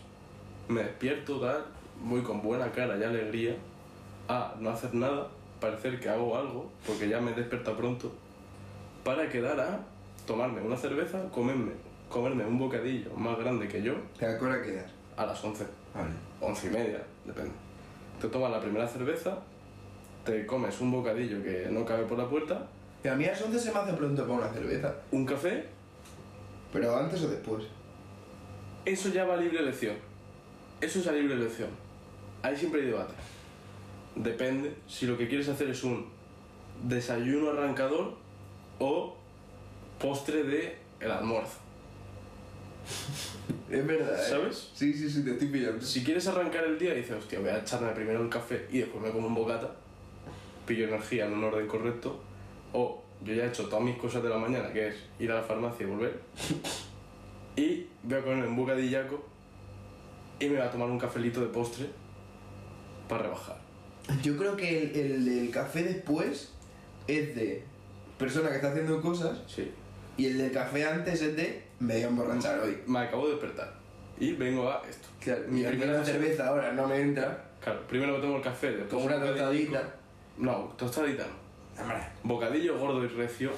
Speaker 2: Me despierto, tal, voy con buena cara y alegría a no hacer nada, parecer que hago algo, porque ya me despierta pronto, para quedar a tomarme una cerveza, comerme, comerme un bocadillo más grande que yo
Speaker 3: ¿A qué hora quedas?
Speaker 2: a las once.
Speaker 3: Vale.
Speaker 2: once y media, depende. Te tomas la primera cerveza, te comes un bocadillo que no cabe por la puerta,
Speaker 3: Y a mí a las 11 se me hace pronto para una cerveza.
Speaker 2: un café,
Speaker 3: Pero antes o después.
Speaker 2: eso ya va a libre elección. Eso es a libre elección. Ahí siempre hay debate. Depende si lo que quieres hacer es un desayuno arrancador o postre de el almuerzo.
Speaker 3: Es verdad, ¿eh?
Speaker 2: ¿Sabes?
Speaker 3: Sí, sí, sí, te estoy pillando.
Speaker 2: Si quieres arrancar el día y dices, hostia, voy a echarme primero el café y después me como un bocata, pillo energía en un orden correcto, o yo ya he hecho todas mis cosas de la mañana, que es ir a la farmacia y volver, y voy a comer un bocadillaco y me voy a tomar un cafelito de postre para rebajar.
Speaker 3: Yo creo que el, el, del café después es de persona que está haciendo cosas
Speaker 2: Sí.
Speaker 3: y el del café antes es de me voy a emborrachar hoy.
Speaker 2: Me acabo de despertar y vengo a esto.
Speaker 3: Claro, mi primera
Speaker 2: sesión-
Speaker 3: cerveza ahora no me entra.
Speaker 2: Claro, primero me tomo el café, después
Speaker 3: Como una
Speaker 2: un bocadillo.
Speaker 3: tostadita.
Speaker 2: No, tostadita no.
Speaker 3: Hombre,
Speaker 2: Bocadillo gordo y recio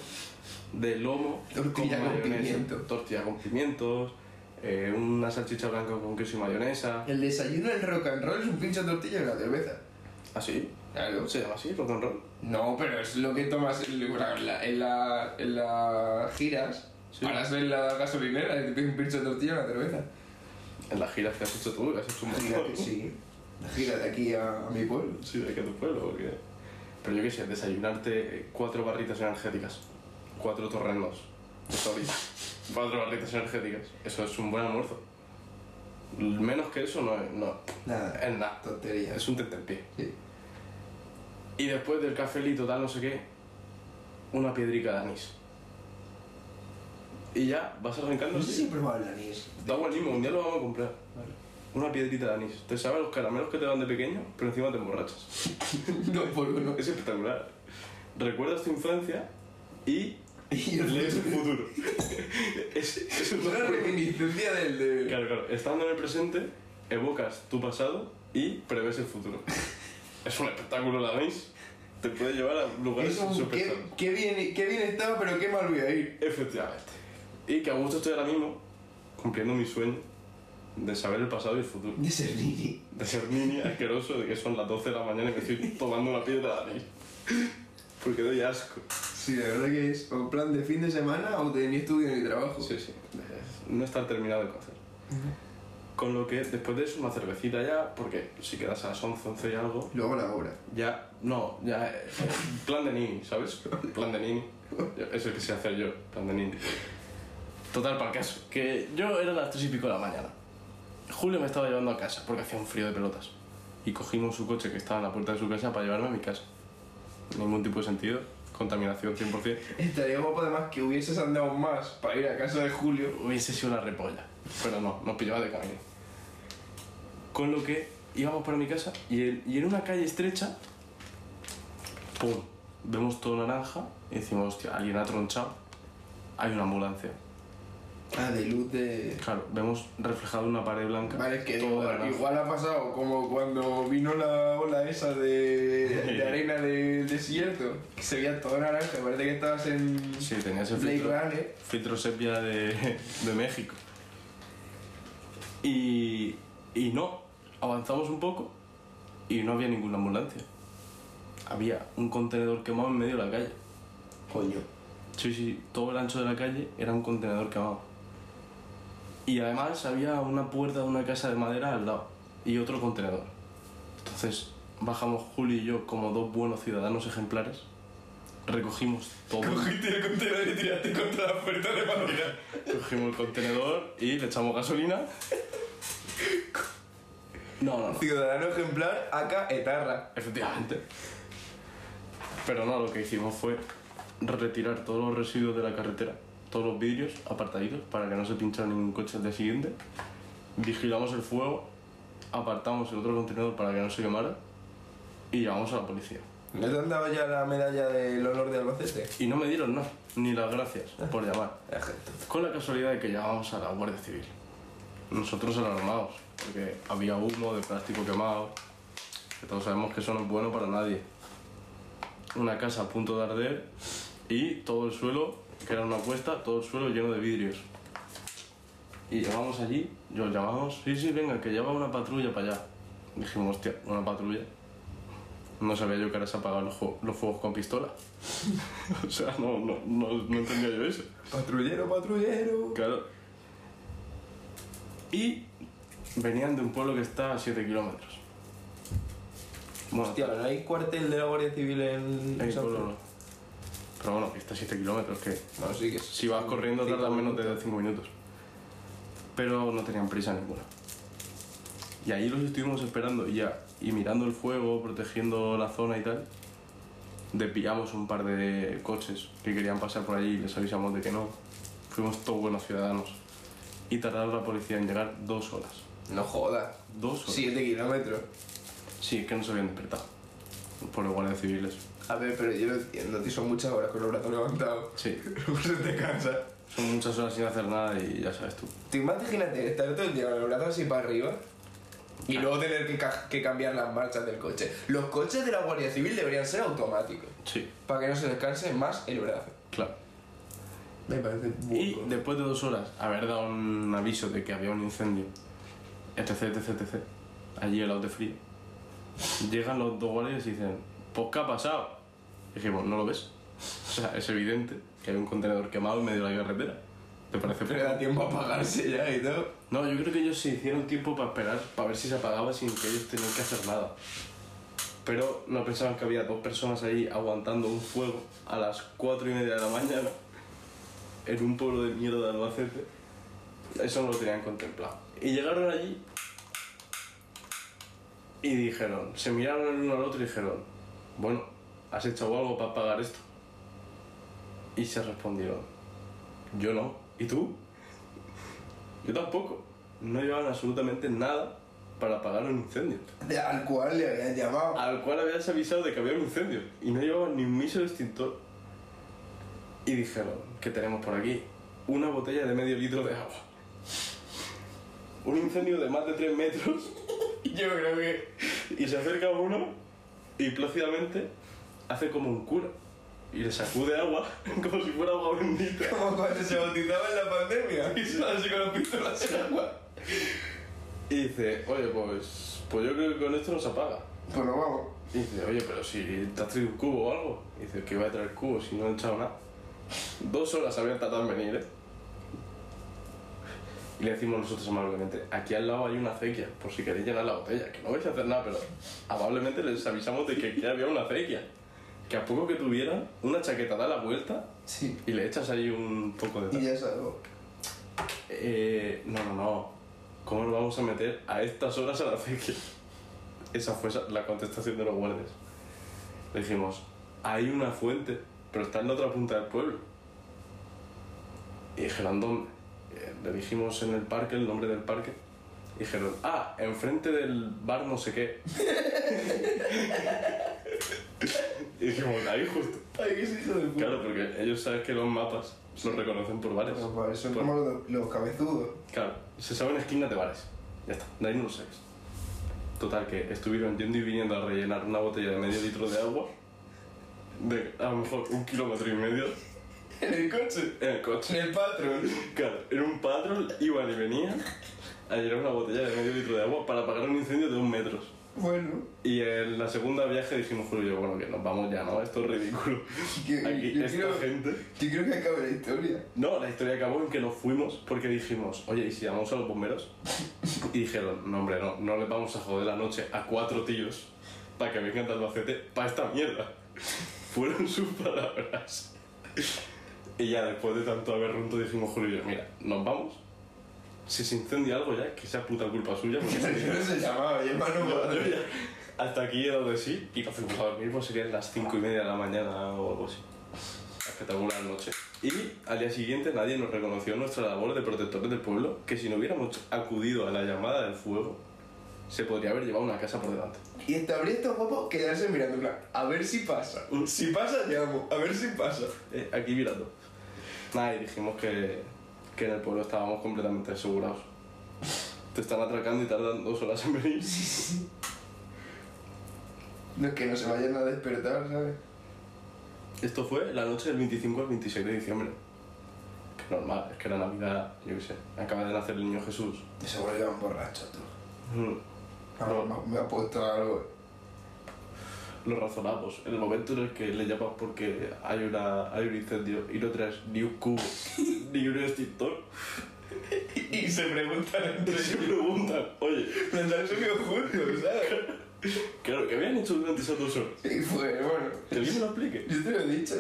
Speaker 2: de lomo
Speaker 3: Tortilla con
Speaker 2: mayonesa.
Speaker 3: pimiento.
Speaker 2: tortilla con pimientos, eh, una salchicha blanca con queso y mayonesa.
Speaker 3: El desayuno del rock and roll es un pinche tortilla y una cerveza.
Speaker 2: ¿Así?
Speaker 3: Claro.
Speaker 2: ¿Se llama así? ¿Rock and roll?
Speaker 3: No, pero es lo que tomas en, bueno, en la- en la- en las giras.
Speaker 2: Sí.
Speaker 3: Paras en la gasolinera y te pides un pinche tortilla y una cerveza.
Speaker 2: En las giras que has hecho tú, que has hecho un
Speaker 3: Gira
Speaker 2: montón.
Speaker 3: que sí. La gira de aquí a, a mi pueblo.
Speaker 2: Sí, de que tu pueblo, porque... Pero yo qué sé, desayunarte cuatro barritas energéticas, cuatro torrenos, de sodio. Cuatro barritas energéticas. Eso es un buen almuerzo. Menos que eso no es, no,
Speaker 3: Nada,
Speaker 2: es nada.
Speaker 3: tontería.
Speaker 2: Es un tentempié.
Speaker 3: Sí.
Speaker 2: Y después del cafelito tal no sé qué, una piedrica de anís. Y ya vas arrancando
Speaker 3: No sé
Speaker 2: así.
Speaker 3: si he probado el anís.
Speaker 2: Da buenísimo, un día lo vamos a comprar.
Speaker 3: Vale.
Speaker 2: Una piedrita de anís. Te saben los caramelos que te dan de pequeño, pero encima te emborrachas.
Speaker 3: No, por uno.
Speaker 2: Es espectacular. Recuerdas tu infancia y
Speaker 3: Y el
Speaker 2: lees el futuro. es, es un-
Speaker 3: Una reminiscencia del de.
Speaker 2: Claro, claro. Estando en el presente, evocas tu pasado y prevés el futuro. es un espectáculo, ¿la veis? Te puede llevar a lugares
Speaker 3: Es un.
Speaker 2: súper
Speaker 3: Qué, qué bien, qué bien estaba, pero qué mal voy a ir.
Speaker 2: Efectivamente. Y que a gusto estoy ahora mismo cumpliendo mi sueño de saber el pasado y el futuro.
Speaker 3: De ser nini.
Speaker 2: De ser niña asqueroso de que son las 12 de la mañana y me estoy tomando una piedra de anís. Porque doy asco.
Speaker 3: Sí, la verdad que es o plan de fin de semana o de mi estudio ni trabajo.
Speaker 2: Sí, sí. No está terminado de conocer. Con lo que después de eso una cervecita ya, porque si quedas a las 11, 11 y algo,
Speaker 3: Luego la obra.
Speaker 2: ya, no, ya, eh, plan de nini, ¿sabes? Plan de nini. Yo- Eso es que sé hacer yo, plan de nini. Total, para el caso, que yo era las 3 y pico de la mañana. Julio me estaba llevando a casa porque hacía un frío de pelotas. Y cogimos su coche que estaba en la puerta de su casa para llevarme a mi casa. Ningún tipo de sentido, contaminación 100%.
Speaker 3: Estaría guapo además que hubieses andado más para ir a casa de Julio.
Speaker 2: hubiese sido una repolla. Pero no, nos pillaba de camino. Con lo que íbamos para mi casa y en, y en una calle estrecha, ¡pum! Vemos todo naranja y decimos, hostia, alguien ha tronchado. Hay una ambulancia.
Speaker 3: Ah, de luz de.
Speaker 2: Claro, vemos reflejado en una pared blanca.
Speaker 3: Vale, es que
Speaker 2: todo
Speaker 3: digo,
Speaker 2: naranja.
Speaker 3: igual ha pasado como cuando vino la ola esa de, de arena del desierto, que se veía todo naranja, parece que estabas en ¿eh?
Speaker 2: Sí, tenía ese
Speaker 3: Blade
Speaker 2: filtro.
Speaker 3: Runner.
Speaker 2: filtro sepia de, de México. Y, y no, avanzamos un poco y no había ninguna ambulancia. Había un contenedor quemado en medio de la calle.
Speaker 3: Coño.
Speaker 2: Sí, sí, todo el ancho de la calle era un contenedor quemado. Y además había una puerta de una casa de madera al lado y otro contenedor. Entonces bajamos Julio y yo como dos buenos ciudadanos ejemplares, recogimos todo.
Speaker 3: el contenedor y tiraste contra la puerta de madera.
Speaker 2: Cogimos el contenedor y le echamos gasolina. No, no, no.
Speaker 3: Ciudadano ejemplar, acá etarra.
Speaker 2: Efectivamente. Pero no, lo que hicimos fue retirar todos los residuos de la carretera, todos los vidrios apartaditos para que no se pinchara ningún coche al día siguiente. Vigilamos el fuego, apartamos el otro contenedor para que no se quemara y llamamos a la policía.
Speaker 3: ¿No te han dado ya la medalla del honor de Albacete?
Speaker 2: Y no me dieron nada, ni las gracias por llamar.
Speaker 3: La gente.
Speaker 2: Con la casualidad de que llamamos a la Guardia Civil. Nosotros alarmados, porque había humo de plástico quemado, que todos sabemos que eso no es bueno para nadie. Una casa a punto de arder y todo el suelo, que era una cuesta, todo el suelo lleno de vidrios. Y llegamos allí, yo llamamos, sí, sí, venga, que lleva una patrulla para allá. Dijimos, hostia, una patrulla. No sabía yo que ahora se apagaban los, ju- los fuegos con pistola. o sea, no, no, no, no entendía yo eso.
Speaker 3: Patrullero, patrullero.
Speaker 2: Claro. Y venían de un pueblo que está a 7 kilómetros. Bueno,
Speaker 3: Hostia, ¿no hay cuartel de la Guardia Civil en,
Speaker 2: en el
Speaker 3: San
Speaker 2: pueblo
Speaker 3: Fran?
Speaker 2: no. Pero bueno, que está a 7 kilómetros, que
Speaker 3: No, sí que es-
Speaker 2: si vas corriendo tarda
Speaker 3: Cinco
Speaker 2: menos
Speaker 3: minutos.
Speaker 2: de 5 minutos. Pero no tenían prisa ninguna. Y ahí los estuvimos esperando y ya, y mirando el fuego, protegiendo la zona y tal. Despillamos un par de coches que querían pasar por allí y les avisamos de que no. Fuimos todos buenos ciudadanos. Y tardaron la policía en llegar dos horas.
Speaker 3: No jodas.
Speaker 2: ¿Dos horas?
Speaker 3: 7 kilómetros.
Speaker 2: Sí, es que no se habían despertado. Por los guardias civiles.
Speaker 3: A ver, pero yo lo entiendo, tío, son muchas horas con los brazos levantados.
Speaker 2: Sí,
Speaker 3: Luego se te cansa.
Speaker 2: son muchas horas sin hacer nada y ya sabes tú.
Speaker 3: Te imagínate estar todo el día con los brazos así para arriba y
Speaker 2: Ah.
Speaker 3: luego tener que, ca- que cambiar las marchas del coche. Los coches de la Guardia Civil deberían ser automáticos
Speaker 2: Sí,
Speaker 3: para que no se descanse más el brazo.
Speaker 2: claro.
Speaker 3: Me parece
Speaker 2: Y después de dos horas, haber dado un aviso de que había un incendio, etc, etc, etc, allí al lado de frío, llegan los dos guardias y dicen, pues ¿qué ha pasado? dijimos, ¿no lo ves? O sea, es evidente que hay un contenedor quemado en medio de la carretera. ¿Te parece
Speaker 3: Pero da
Speaker 2: poco?
Speaker 3: tiempo a apagarse ya y todo.
Speaker 2: No, yo creo que ellos se hicieron tiempo para esperar, para ver si se apagaba sin que ellos tenían que hacer nada. Pero no pensaban que había dos personas ahí aguantando un fuego a las cuatro y media de la mañana en un pueblo de mierda de Albacete. Eso no lo tenían contemplado. Y llegaron allí y dijeron, se miraron el uno al otro y dijeron, bueno, ¿has hecho algo para pagar esto? Y se respondieron, yo no. ¿Y tú? Yo tampoco. No llevaban absolutamente nada para pagar un incendio.
Speaker 3: De- al cual le habían llamado.
Speaker 2: Al cual habías avisado de que había un incendio. Y no llevaban ni un mísero extintor. Y dijeron, ¿qué tenemos por aquí? Una botella de medio litro de agua. Un incendio de más de 3 metros. Yo creo que... Y se acerca uno y plácidamente hace como un cura. Y le sacude agua como si fuera agua bendita.
Speaker 3: Como cuando se bautizaba en la pandemia.
Speaker 2: Y se va así con las pistolas en agua. Y dice, oye, pues, pues yo creo que con esto no se apaga.
Speaker 3: Pues nos vamos.
Speaker 2: Y dice, oye, pero si te has traído un cubo o algo. Y dice, que iba a traer cubo si no he echado nada. Dos horas habían tardado en venir, ¿eh? Y le decimos nosotros amablemente, aquí al lado hay una acequia, por si queréis llenar la botella, que no vais a hacer nada, pero amablemente les avisamos de que aquí había una acequia. Que a poco que tuvieran, una chaqueta da la vuelta
Speaker 3: Sí.
Speaker 2: y le echas ahí un poco de... tal.
Speaker 3: Y ya salgo.
Speaker 2: Eh, no, no, no. ¿Cómo nos vamos a meter a estas horas a la acequia? Esa fue esa- la contestación de los guardias. Le dijimos, hay una fuente, pero está en la otra punta del pueblo. Y dijeron, ¿dónde? Eh, Le dijimos en el parque, el nombre del parque. Y dijeron, ah, enfrente del bar no sé qué. y dijimos, ahí justo.
Speaker 3: Ay, qué hijo de
Speaker 2: Claro, porque ellos saben que los mapas los reconocen por bares.
Speaker 3: Pero por eso es
Speaker 2: Por-
Speaker 3: como los, los cabezudos.
Speaker 2: Claro, se saben esquinas de bares. Ya está, de ahí no lo sabes. Total, que estuvieron yendo y viniendo a rellenar una botella de medio litro de agua, de a lo mejor un kilómetro y medio,
Speaker 3: En el coche.
Speaker 2: en el
Speaker 3: En
Speaker 2: coche.
Speaker 3: el patrón.
Speaker 2: Claro, en un patrol iban y venían a llenar una botella de medio litro de agua para apagar un incendio de dos metros.
Speaker 3: Bueno.
Speaker 2: Y en la segunda viaje dijimos, Julio y yo, bueno, que nos vamos ya, ¿no? Esto es ridículo.
Speaker 3: Que-
Speaker 2: Aquí,
Speaker 3: yo
Speaker 2: esta
Speaker 3: creo-
Speaker 2: gente...
Speaker 3: Yo creo que acaba la historia.
Speaker 2: No, la historia acabó en que nos fuimos porque dijimos, oye, ¿y si llamamos a los bomberos? Y dijeron, no, hombre, no, no les vamos a joder la noche a cuatro tíos para que vengan de Albacete para esta mierda. Fueron sus palabras. Y ya después de tanto aberrunto dijimos, Julio y yo, mira, nos vamos. Si se incendia algo ya, que sea puta culpa suya. porque-
Speaker 3: Yo no se llamaba, yo hermano.
Speaker 2: Yo
Speaker 3: madre.
Speaker 2: ya- Hasta aquí he dado de sí y nos fuimos a dormir, pues serían las cinco y media de la mañana o algo así. Espectacular noche. Y al día siguiente nadie nos reconoció nuestra labor de protectores del pueblo, que si no hubiéramos acudido a la llamada del fuego, se podría haber llevado una casa por delante.
Speaker 3: Y hasta habría estado guapo quedarse mirando, en plan, a ver si pasa. Uh, Si pasa, llamo. A ver si pasa.
Speaker 2: Eh, aquí mirando. Nada, y dijimos que, que en el pueblo estábamos completamente asegurados. Te están atracando y tardan dos horas en venir.
Speaker 3: No es que no se vayan a despertar, ¿sabes?
Speaker 2: Esto fue la noche del 25 al 26 de diciembre. Que normal, es que la Navidad, yo qué sé, acaba de nacer el niño Jesús.
Speaker 3: De seguro iban borracho, tú.
Speaker 2: Mm,
Speaker 3: No, me, me ha puesto algo.
Speaker 2: Lo razonamos. En el momento en el que le llamas porque hay, una, hay un incendio y no traes ni un cubo, ni un extintor,
Speaker 3: Y se preguntan
Speaker 2: te se preguntan, oye,
Speaker 3: Nos han subido juntos, ¿sabes?
Speaker 2: claro, ¿qué habían hecho durante esas dos horas?
Speaker 3: Y fue, bueno.
Speaker 2: Que alguien me lo explique.
Speaker 3: Yo te lo he dicho.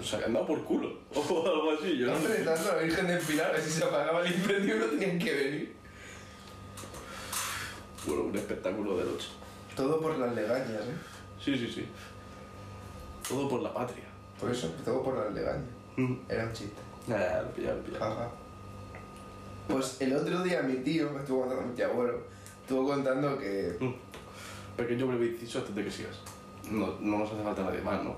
Speaker 2: O sea, que han dado por culo, o algo así, yo no
Speaker 3: Están
Speaker 2: sé.
Speaker 3: retando a la Virgen del Pilar, así se apagaba el incendio no tenían que venir.
Speaker 2: Bueno, un espectáculo de noche.
Speaker 3: Todo por las legañas, ¿eh?
Speaker 2: Sí, sí, sí. Todo por la patria.
Speaker 3: Por eso, todo por las legañas.
Speaker 2: Mm.
Speaker 3: Era un chiste.
Speaker 2: Ah, lo pillaba, lo pillaba.
Speaker 3: Ajá. Pues el otro día mi tío me estuvo contando, mi tío abuelo, estuvo contando que.
Speaker 2: Pequeño breve inciso antes de que sigas. No, no nos hace falta nadie más, ¿no?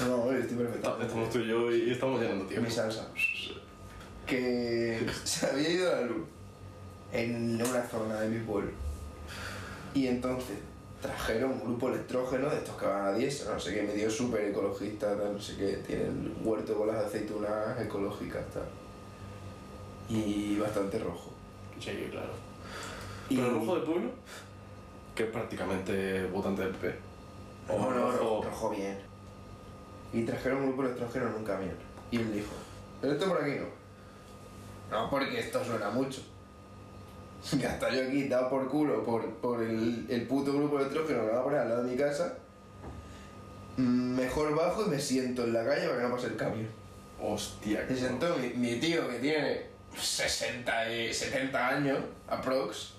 Speaker 3: No, no, yo estoy perfecto.
Speaker 2: Está- Estamos tú y yo y estamos llenando tiempo.
Speaker 3: Mi salsa. Que se había ido la luz en una zona de mi pueblo. Y entonces trajeron un grupo electrógeno de estos que van a 10, no sé qué, medio súper ecologista, tal, no sé qué, tienen huerto con las aceitunas ecológicas, tal. Y bastante rojo.
Speaker 2: Sí, claro.
Speaker 3: Y-
Speaker 2: Pero el rojo de pueblo, que es prácticamente votante del PP. Oh,
Speaker 3: No, no, no,
Speaker 2: rojo.
Speaker 3: rojo. bien. Y trajeron un grupo extranjero en un camión. Y él dijo, pero esto por aquí no. No, porque esto suena mucho. Ya está yo aquí dado por culo por, por el, el puto grupo electrógeno que me va a poner al lado de mi casa. Mm, Mejor bajo y me siento en la calle para que no pase el camión.
Speaker 2: Hostia,
Speaker 3: Se sentó mi, mi tío que tiene 60 y 70 años, aprox.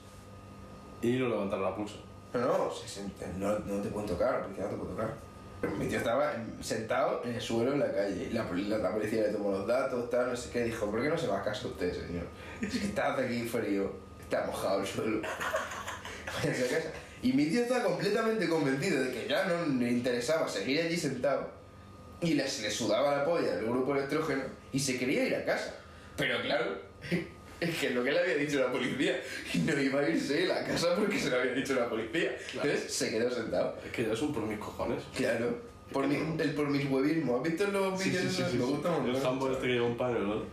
Speaker 2: Y lo levantaron a pulso.
Speaker 3: No, no, 60, no, no te pueden tocar, porque no te pueden tocar. Pero mi tío estaba en- sentado en el suelo en la calle. y La, poli- la, la policía le tomó los datos, tal, no sé qué. Dijo, ¿por qué no se va a casa usted, señor? Es que está aquí frío, está mojado el suelo. Váyase a casa. Y mi tío estaba completamente convencido de que ya no le interesaba seguir allí sentado. Y le, se le sudaba la polla del grupo electrógeno y se quería ir a casa. Pero claro, es que lo que le había dicho la policía, no iba a irse él a casa porque se lo había dicho la policía.
Speaker 2: Claro.
Speaker 3: Entonces se quedó sentado.
Speaker 2: Es que ya son por mis cojones.
Speaker 3: Claro. Por mi, el por mis huevismo. ¿Has visto los vídeos? esos? Me gusta mucho.
Speaker 2: El jambo este que lleva un panel, ¿no?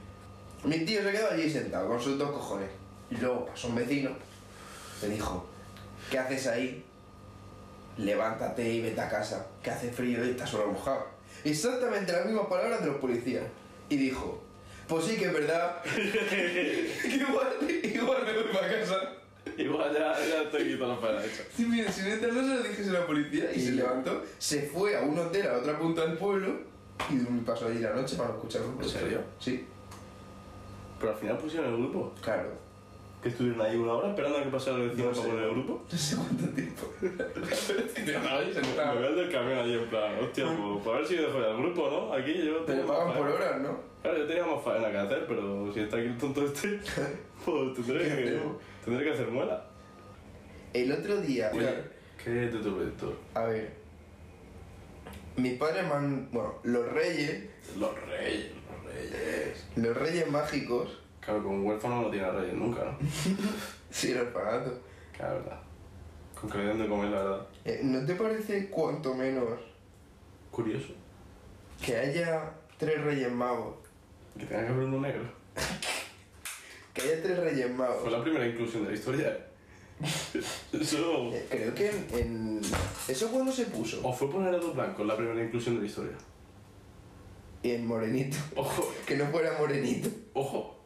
Speaker 3: Mi tío se quedó allí sentado con sus dos cojones. Y luego pasó un vecino, le dijo, ¿qué haces ahí? Levántate y vete a casa, que hace frío y estás solo mojado. Exactamente las mismas palabras de los policías. Y dijo, pues sí que es verdad, que igual, igual me voy para casa.
Speaker 2: Igual ya, ya estoy quitando la pena hecha.
Speaker 3: Sí, mira, sin enterarlo se lo dije a la policía y se levantó, se fue a un hotel a la otra punta del pueblo y durmió- pasó allí la noche para escucharlo.
Speaker 2: ¿En serio?
Speaker 3: Sí,
Speaker 2: Pero al final pusieron el grupo.
Speaker 3: claro.
Speaker 2: Que estuvieron ahí una hora esperando a que pasara el vecino
Speaker 3: No sé.
Speaker 2: para poner el grupo.
Speaker 3: No sé cuánto tiempo. Ahí
Speaker 2: Me veo el del camión allí en plan, hostia, pues, pues a ver si dejo ya el grupo, ¿no? Aquí yo...
Speaker 3: Te
Speaker 2: tengo
Speaker 3: pagaban
Speaker 2: más
Speaker 3: por
Speaker 2: faena.
Speaker 3: horas, ¿no?
Speaker 2: Claro, yo tenía más faena que hacer, pero si está aquí el tonto este, pues tendré
Speaker 3: ¿Qué
Speaker 2: que,
Speaker 3: hacemos?
Speaker 2: tendré que hacer muela.
Speaker 3: El otro día.
Speaker 4: Oye, ¿qué es de
Speaker 2: este
Speaker 4: tu proyector?
Speaker 3: A ver. Mis padres me han. Bueno, los reyes.
Speaker 2: Los reyes, los reyes.
Speaker 3: Los reyes mágicos.
Speaker 2: Claro, con huérfano no tiene reyes nunca, ¿no?
Speaker 3: Sí, los orfanato.
Speaker 2: Que la verdad. Con que le den de comer, la verdad.
Speaker 3: Eh, ¿No te parece cuanto menos
Speaker 2: Curioso.
Speaker 3: que haya tres reyes magos?
Speaker 2: Que tenga que haber uno negro.
Speaker 3: Que haya tres reyes magos.
Speaker 2: Fue la primera inclusión de la historia. ¿eh? Eso.
Speaker 3: Eh, creo que en, en- ¿Eso cuándo se puso?
Speaker 2: O fue poner a los blancos la primera inclusión de la historia.
Speaker 3: Y en morenito.
Speaker 2: Ojo,
Speaker 3: Que no fuera morenito.
Speaker 2: ojo.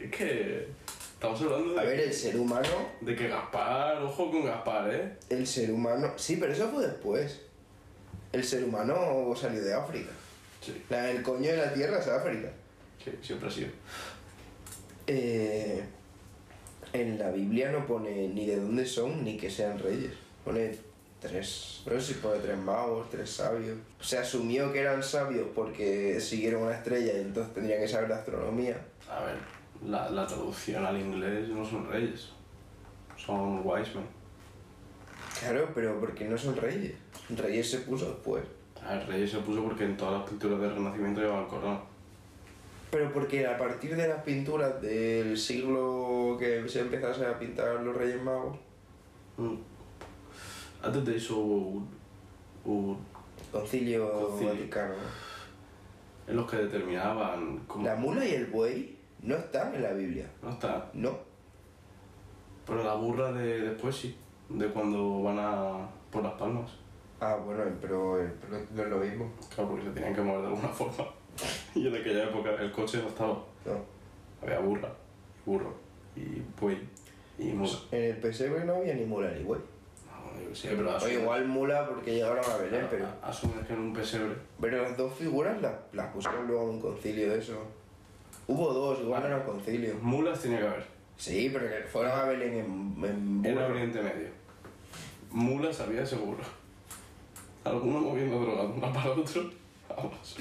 Speaker 2: Es que. Estamos hablando de.
Speaker 3: A ver, el ser humano.
Speaker 2: De que Gaspar, ojo con Gaspar, ¿eh?
Speaker 3: El ser humano. Sí, pero eso fue después. El ser humano salió de África.
Speaker 2: Sí,
Speaker 3: La- el coño de la tierra es África.
Speaker 2: sí, siempre ha sido.
Speaker 3: Eh, en la Biblia no pone ni de dónde son ni que sean reyes. Pone tres. No sé si pone tres magos, tres sabios. Se asumió que eran sabios porque siguieron una estrella y entonces tendrían que saber de astronomía.
Speaker 2: A ver, la, la traducción al inglés no son reyes. Son wise men.
Speaker 3: Claro, pero porque no son reyes. Reyes se puso después.
Speaker 2: A ver, reyes se puso porque en todas las pinturas del Renacimiento llevaban corona.
Speaker 3: Pero porque a partir de las pinturas del siglo que se empezaron a pintar los reyes magos,
Speaker 2: Mm. Antes de eso hubo un- un-
Speaker 3: concilio,
Speaker 2: Concilio.
Speaker 3: vaticano. ¿no?
Speaker 2: en los que determinaban cómo...
Speaker 3: La mula y el buey no están en la Biblia,
Speaker 2: No está.
Speaker 3: no.
Speaker 2: Pero la burra de después sí. De cuando van a... por las palmas.
Speaker 3: Ah, bueno, el pro, el pro no es lo mismo.
Speaker 2: Claro, porque se tenían que mover de alguna forma. Y en aquella época el coche no estaba.
Speaker 3: No.
Speaker 2: Había burra, y burro, y buey, y mula.
Speaker 3: En el pesebre no había ni mula ni buey.
Speaker 2: No, yo qué sé, pero Ah,
Speaker 3: O
Speaker 2: asume-
Speaker 3: igual mula porque llegaron a Belén, pero...
Speaker 2: a- asume que en un pesebre.
Speaker 3: Pero las dos figuras las, las pusieron luego en un concilio de eso. Hubo dos, igual
Speaker 2: Ah.
Speaker 3: era un concilio.
Speaker 2: Mulas tenía que haber.
Speaker 3: Sí, pero que fueron a Belén en, en
Speaker 2: Era
Speaker 3: burro.
Speaker 2: Oriente Medio. Mulas había seguro. Alguno moviendo droga de una para otro. Vamos.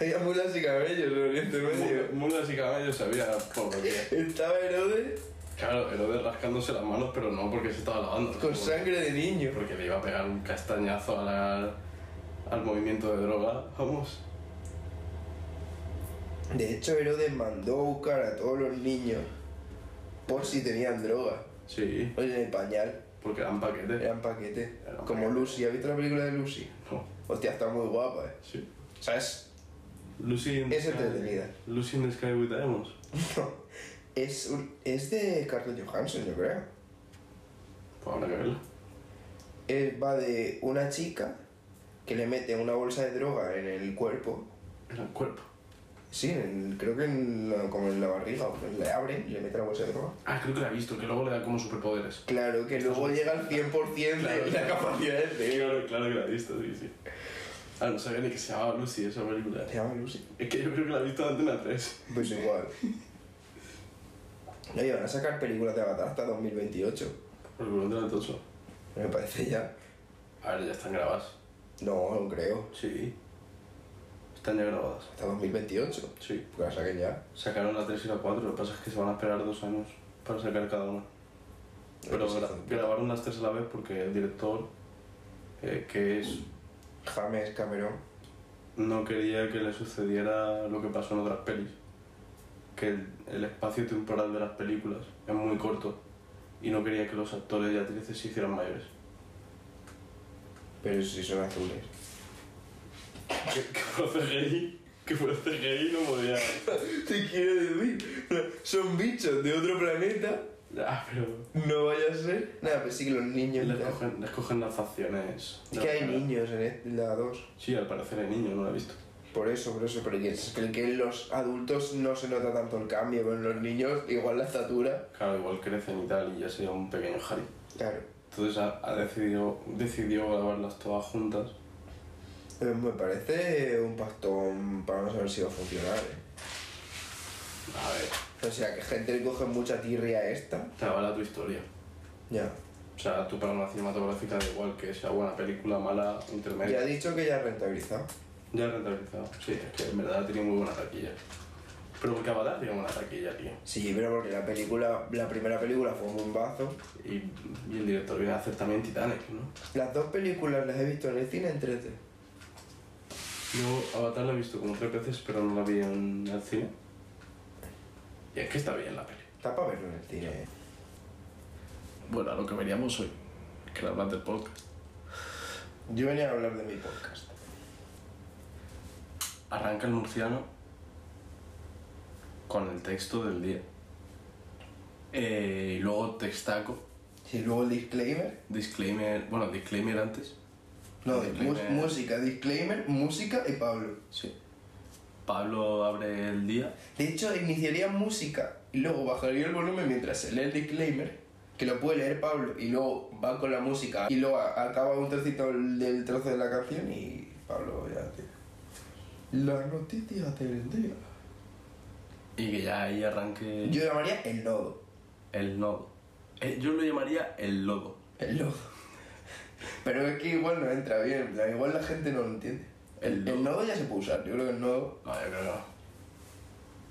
Speaker 3: Había mulas y cabellos en Oriente
Speaker 2: Mula-
Speaker 3: Medio.
Speaker 2: Mulas y caballos había por lo que.
Speaker 3: Estaba Herodes
Speaker 2: Claro, Herodes rascándose las manos, pero no porque se estaba lavando.
Speaker 3: con sangre de niño.
Speaker 2: Porque le iba a pegar un castañazo a la- al movimiento de droga. Vamos.
Speaker 3: De hecho, Herodes mandó a buscar a todos los niños por si tenían droga.
Speaker 2: Sí,
Speaker 3: O en el pañal.
Speaker 2: porque eran paquetes.
Speaker 3: Eran paquetes.
Speaker 2: Era un
Speaker 3: Como
Speaker 2: paquete.
Speaker 3: Lucy. ¿Has visto la película de Lucy?
Speaker 2: No,
Speaker 3: Hostia, está muy guapa, eh.
Speaker 2: sí.
Speaker 3: ¿Sabes?
Speaker 2: Lucy in the
Speaker 3: Es
Speaker 2: Sky-
Speaker 3: entretenida.
Speaker 2: Lucy in the Sky with Diamonds.
Speaker 3: No. Es, un- es de Carlos Johansson, yo creo.
Speaker 2: Pues habrá que verla.
Speaker 3: Es, va de una chica que le mete una bolsa de droga en el cuerpo.
Speaker 2: Era el cuerpo.
Speaker 3: Sí, en el- creo que en la- como en la barriga. o Le abren y le meten la bolsa de droga.
Speaker 2: Ah, creo que la he visto, que luego le da como superpoderes.
Speaker 3: Claro, que luego llega al 100% de
Speaker 2: Claro,
Speaker 3: la
Speaker 2: claro.
Speaker 3: capacidad del cerebro.
Speaker 2: Claro, claro que la he visto, sí, sí. Ah, no sabía ni que se llamaba Lucy esa película.
Speaker 3: Se llama Lucy.
Speaker 2: Es que yo creo que la he visto en Antena 3.
Speaker 3: Pues igual. No, y van a sacar películas de Avatar hasta 2028.
Speaker 2: Porque por Antena 8.
Speaker 3: Me parece ya.
Speaker 2: A ver, ya están grabadas.
Speaker 3: No, no creo.
Speaker 2: Sí. Están ya grabadas.
Speaker 3: Hasta 2028.
Speaker 2: Sí.
Speaker 3: Porque la saquen ya.
Speaker 2: Sacaron la 3 y la 4, lo que pasa es que se van a esperar dos años para sacar cada una. Pero
Speaker 3: Sí,
Speaker 2: gra-
Speaker 3: sí, sí.
Speaker 2: grabaron las tres a la vez porque el director, eh, que es,
Speaker 3: James Cameron.
Speaker 2: no quería que le sucediera lo que pasó en otras pelis. Que el, el espacio temporal de las películas es muy corto y no quería que los actores y actrices se hicieran mayores.
Speaker 3: Pero si son azules.
Speaker 2: Que, que fuera CGI, que fuera CGI no podía...
Speaker 3: Te quiero decir, son bichos de otro planeta.
Speaker 2: Ya, pero
Speaker 3: No vaya a ser. Nada, pero sí que los niños. y
Speaker 2: les
Speaker 3: tal.
Speaker 2: cogen, les cogen las facciones.
Speaker 3: Es que hay niños en este- en la 2.
Speaker 2: Sí, al parecer hay niños, no la he visto.
Speaker 3: Por eso, por eso, pero que es que- que en los adultos no se nota tanto el cambio, pero en los niños igual la estatura.
Speaker 2: Claro, igual crecen y tal y ya sería un pequeño Harry.
Speaker 3: Claro,
Speaker 2: Entonces ha, ha decidido, decidió grabarlas todas juntas.
Speaker 3: Eh, me parece un pastón para no saber si va a funcionar. ¿eh?
Speaker 2: A ver,
Speaker 3: O sea, que gente le coge mucha tirria a esta.
Speaker 2: te avala tu historia.
Speaker 3: Ya.
Speaker 2: O sea, tu palma cinematográfica da igual que sea buena película, mala,
Speaker 3: Ya ha
Speaker 2: intermedia.
Speaker 3: dicho que ya rentabiliza.
Speaker 2: Ya rentabilizado. Sí, es que en verdad tiene muy buena taquilla. Pero porque Avatar tiene buena taquilla, tío.
Speaker 3: Sí, pero porque la película, la primera película fue un bombazo.
Speaker 2: Y, y el director viene a hacer también Titanic, ¿no?
Speaker 3: Las dos películas las he visto en el cine en 3D.
Speaker 2: Yo Avatar la he visto como tres veces, pero no la vi en el cine. Y es que está bien la peli.
Speaker 3: Está para verlo en el cine. ¿eh?
Speaker 5: Bueno, a lo que veníamos hoy, que era hablar del podcast.
Speaker 3: Yo venía a hablar de mi podcast.
Speaker 2: Arranca el murciano con el texto del día. Eh, y luego textaco,
Speaker 3: Y luego el disclaimer.
Speaker 2: disclaimer, bueno, disclaimer antes.
Speaker 3: No,
Speaker 2: Disclaimer.
Speaker 3: mu- música, disclaimer, música y Pablo.
Speaker 2: Sí. Pablo abre el día.
Speaker 3: De hecho, iniciaría música y luego bajaría el volumen mientras se lee el disclaimer, que lo puede leer Pablo, y luego va con la música, y luego a- acaba un trocito del del trozo de la canción y Pablo ya tiene. La noticia del día.
Speaker 2: Y que ya ahí arranque
Speaker 3: Yo llamaría el nodo.
Speaker 2: el nodo. Eh, yo lo llamaría el lodo.
Speaker 3: El nodo. Pero es que igual no entra bien, en plan, igual la gente no lo entiende.
Speaker 2: El
Speaker 3: El,
Speaker 2: nodo.
Speaker 3: el nodo ya se puede usar, yo creo que el nodo.
Speaker 2: No, yo creo que no.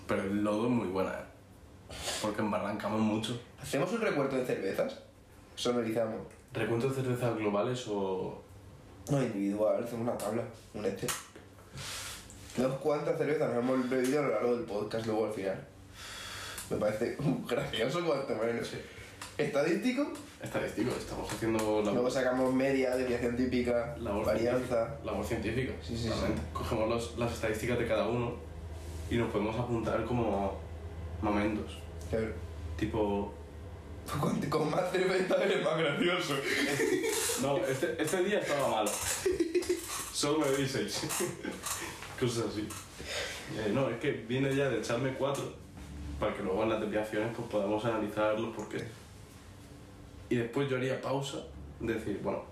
Speaker 2: Pero el lodo es muy buena, ¿eh? Porque embarrancamos mucho.
Speaker 3: ¿Hacemos un recuerdo de cervezas? Sonorizamos.
Speaker 2: ¿Recuento de cervezas globales o
Speaker 3: No, individual, hacemos una tabla, un este. Dos cuantas cervezas nos hemos bebido a lo largo del podcast, luego al final. Me parece gracioso cuanto menos. Estadístico,
Speaker 2: estadístico? Estamos haciendo la
Speaker 3: luego sacamos media, desviación típica,
Speaker 2: labor
Speaker 3: varianza.
Speaker 2: científica. Labor científica.
Speaker 3: Sí, sí, sí.
Speaker 2: realmente. Cogemos los- las estadísticas de cada uno y nos podemos apuntar como momentos.
Speaker 3: Claro.
Speaker 2: Tipo,
Speaker 3: Con, con más cerveza eres más gracioso.
Speaker 2: no, este, este día estaba malo. Solo me di seis. Cosas así. Eh, no, es que viene ya de echarme cuatro para que luego en las desviaciones pues, podamos analizar los porqués. Y después yo haría pausa, decir, bueno,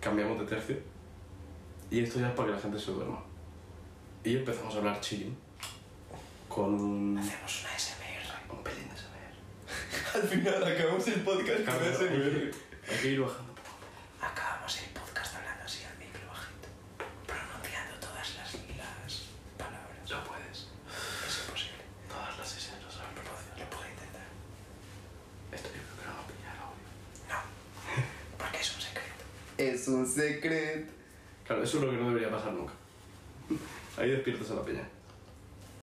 Speaker 2: cambiamos de tercio y esto ya es para que la gente se duerma. Y empezamos a hablar chilling con un... Hacemos una SMR. Un pelín de SMR.
Speaker 3: Al final acabamos el podcast con
Speaker 2: Hay
Speaker 3: ese nivel.
Speaker 2: que- Hay que ir bajando.
Speaker 6: Acabamos el podcast hablando así al micro bajito, pronunciando todas las, las palabras.
Speaker 2: No puedes.
Speaker 6: Es imposible.
Speaker 2: Todas las sesiones no saben pronunciar.
Speaker 6: Lo puedo intentar.
Speaker 2: Esto yo creo que no va a pillar audio.
Speaker 6: Porque es un secreto.
Speaker 3: Es un secreto.
Speaker 2: Claro, eso es lo que no debería pasar nunca. Ahí despiertas a la peña.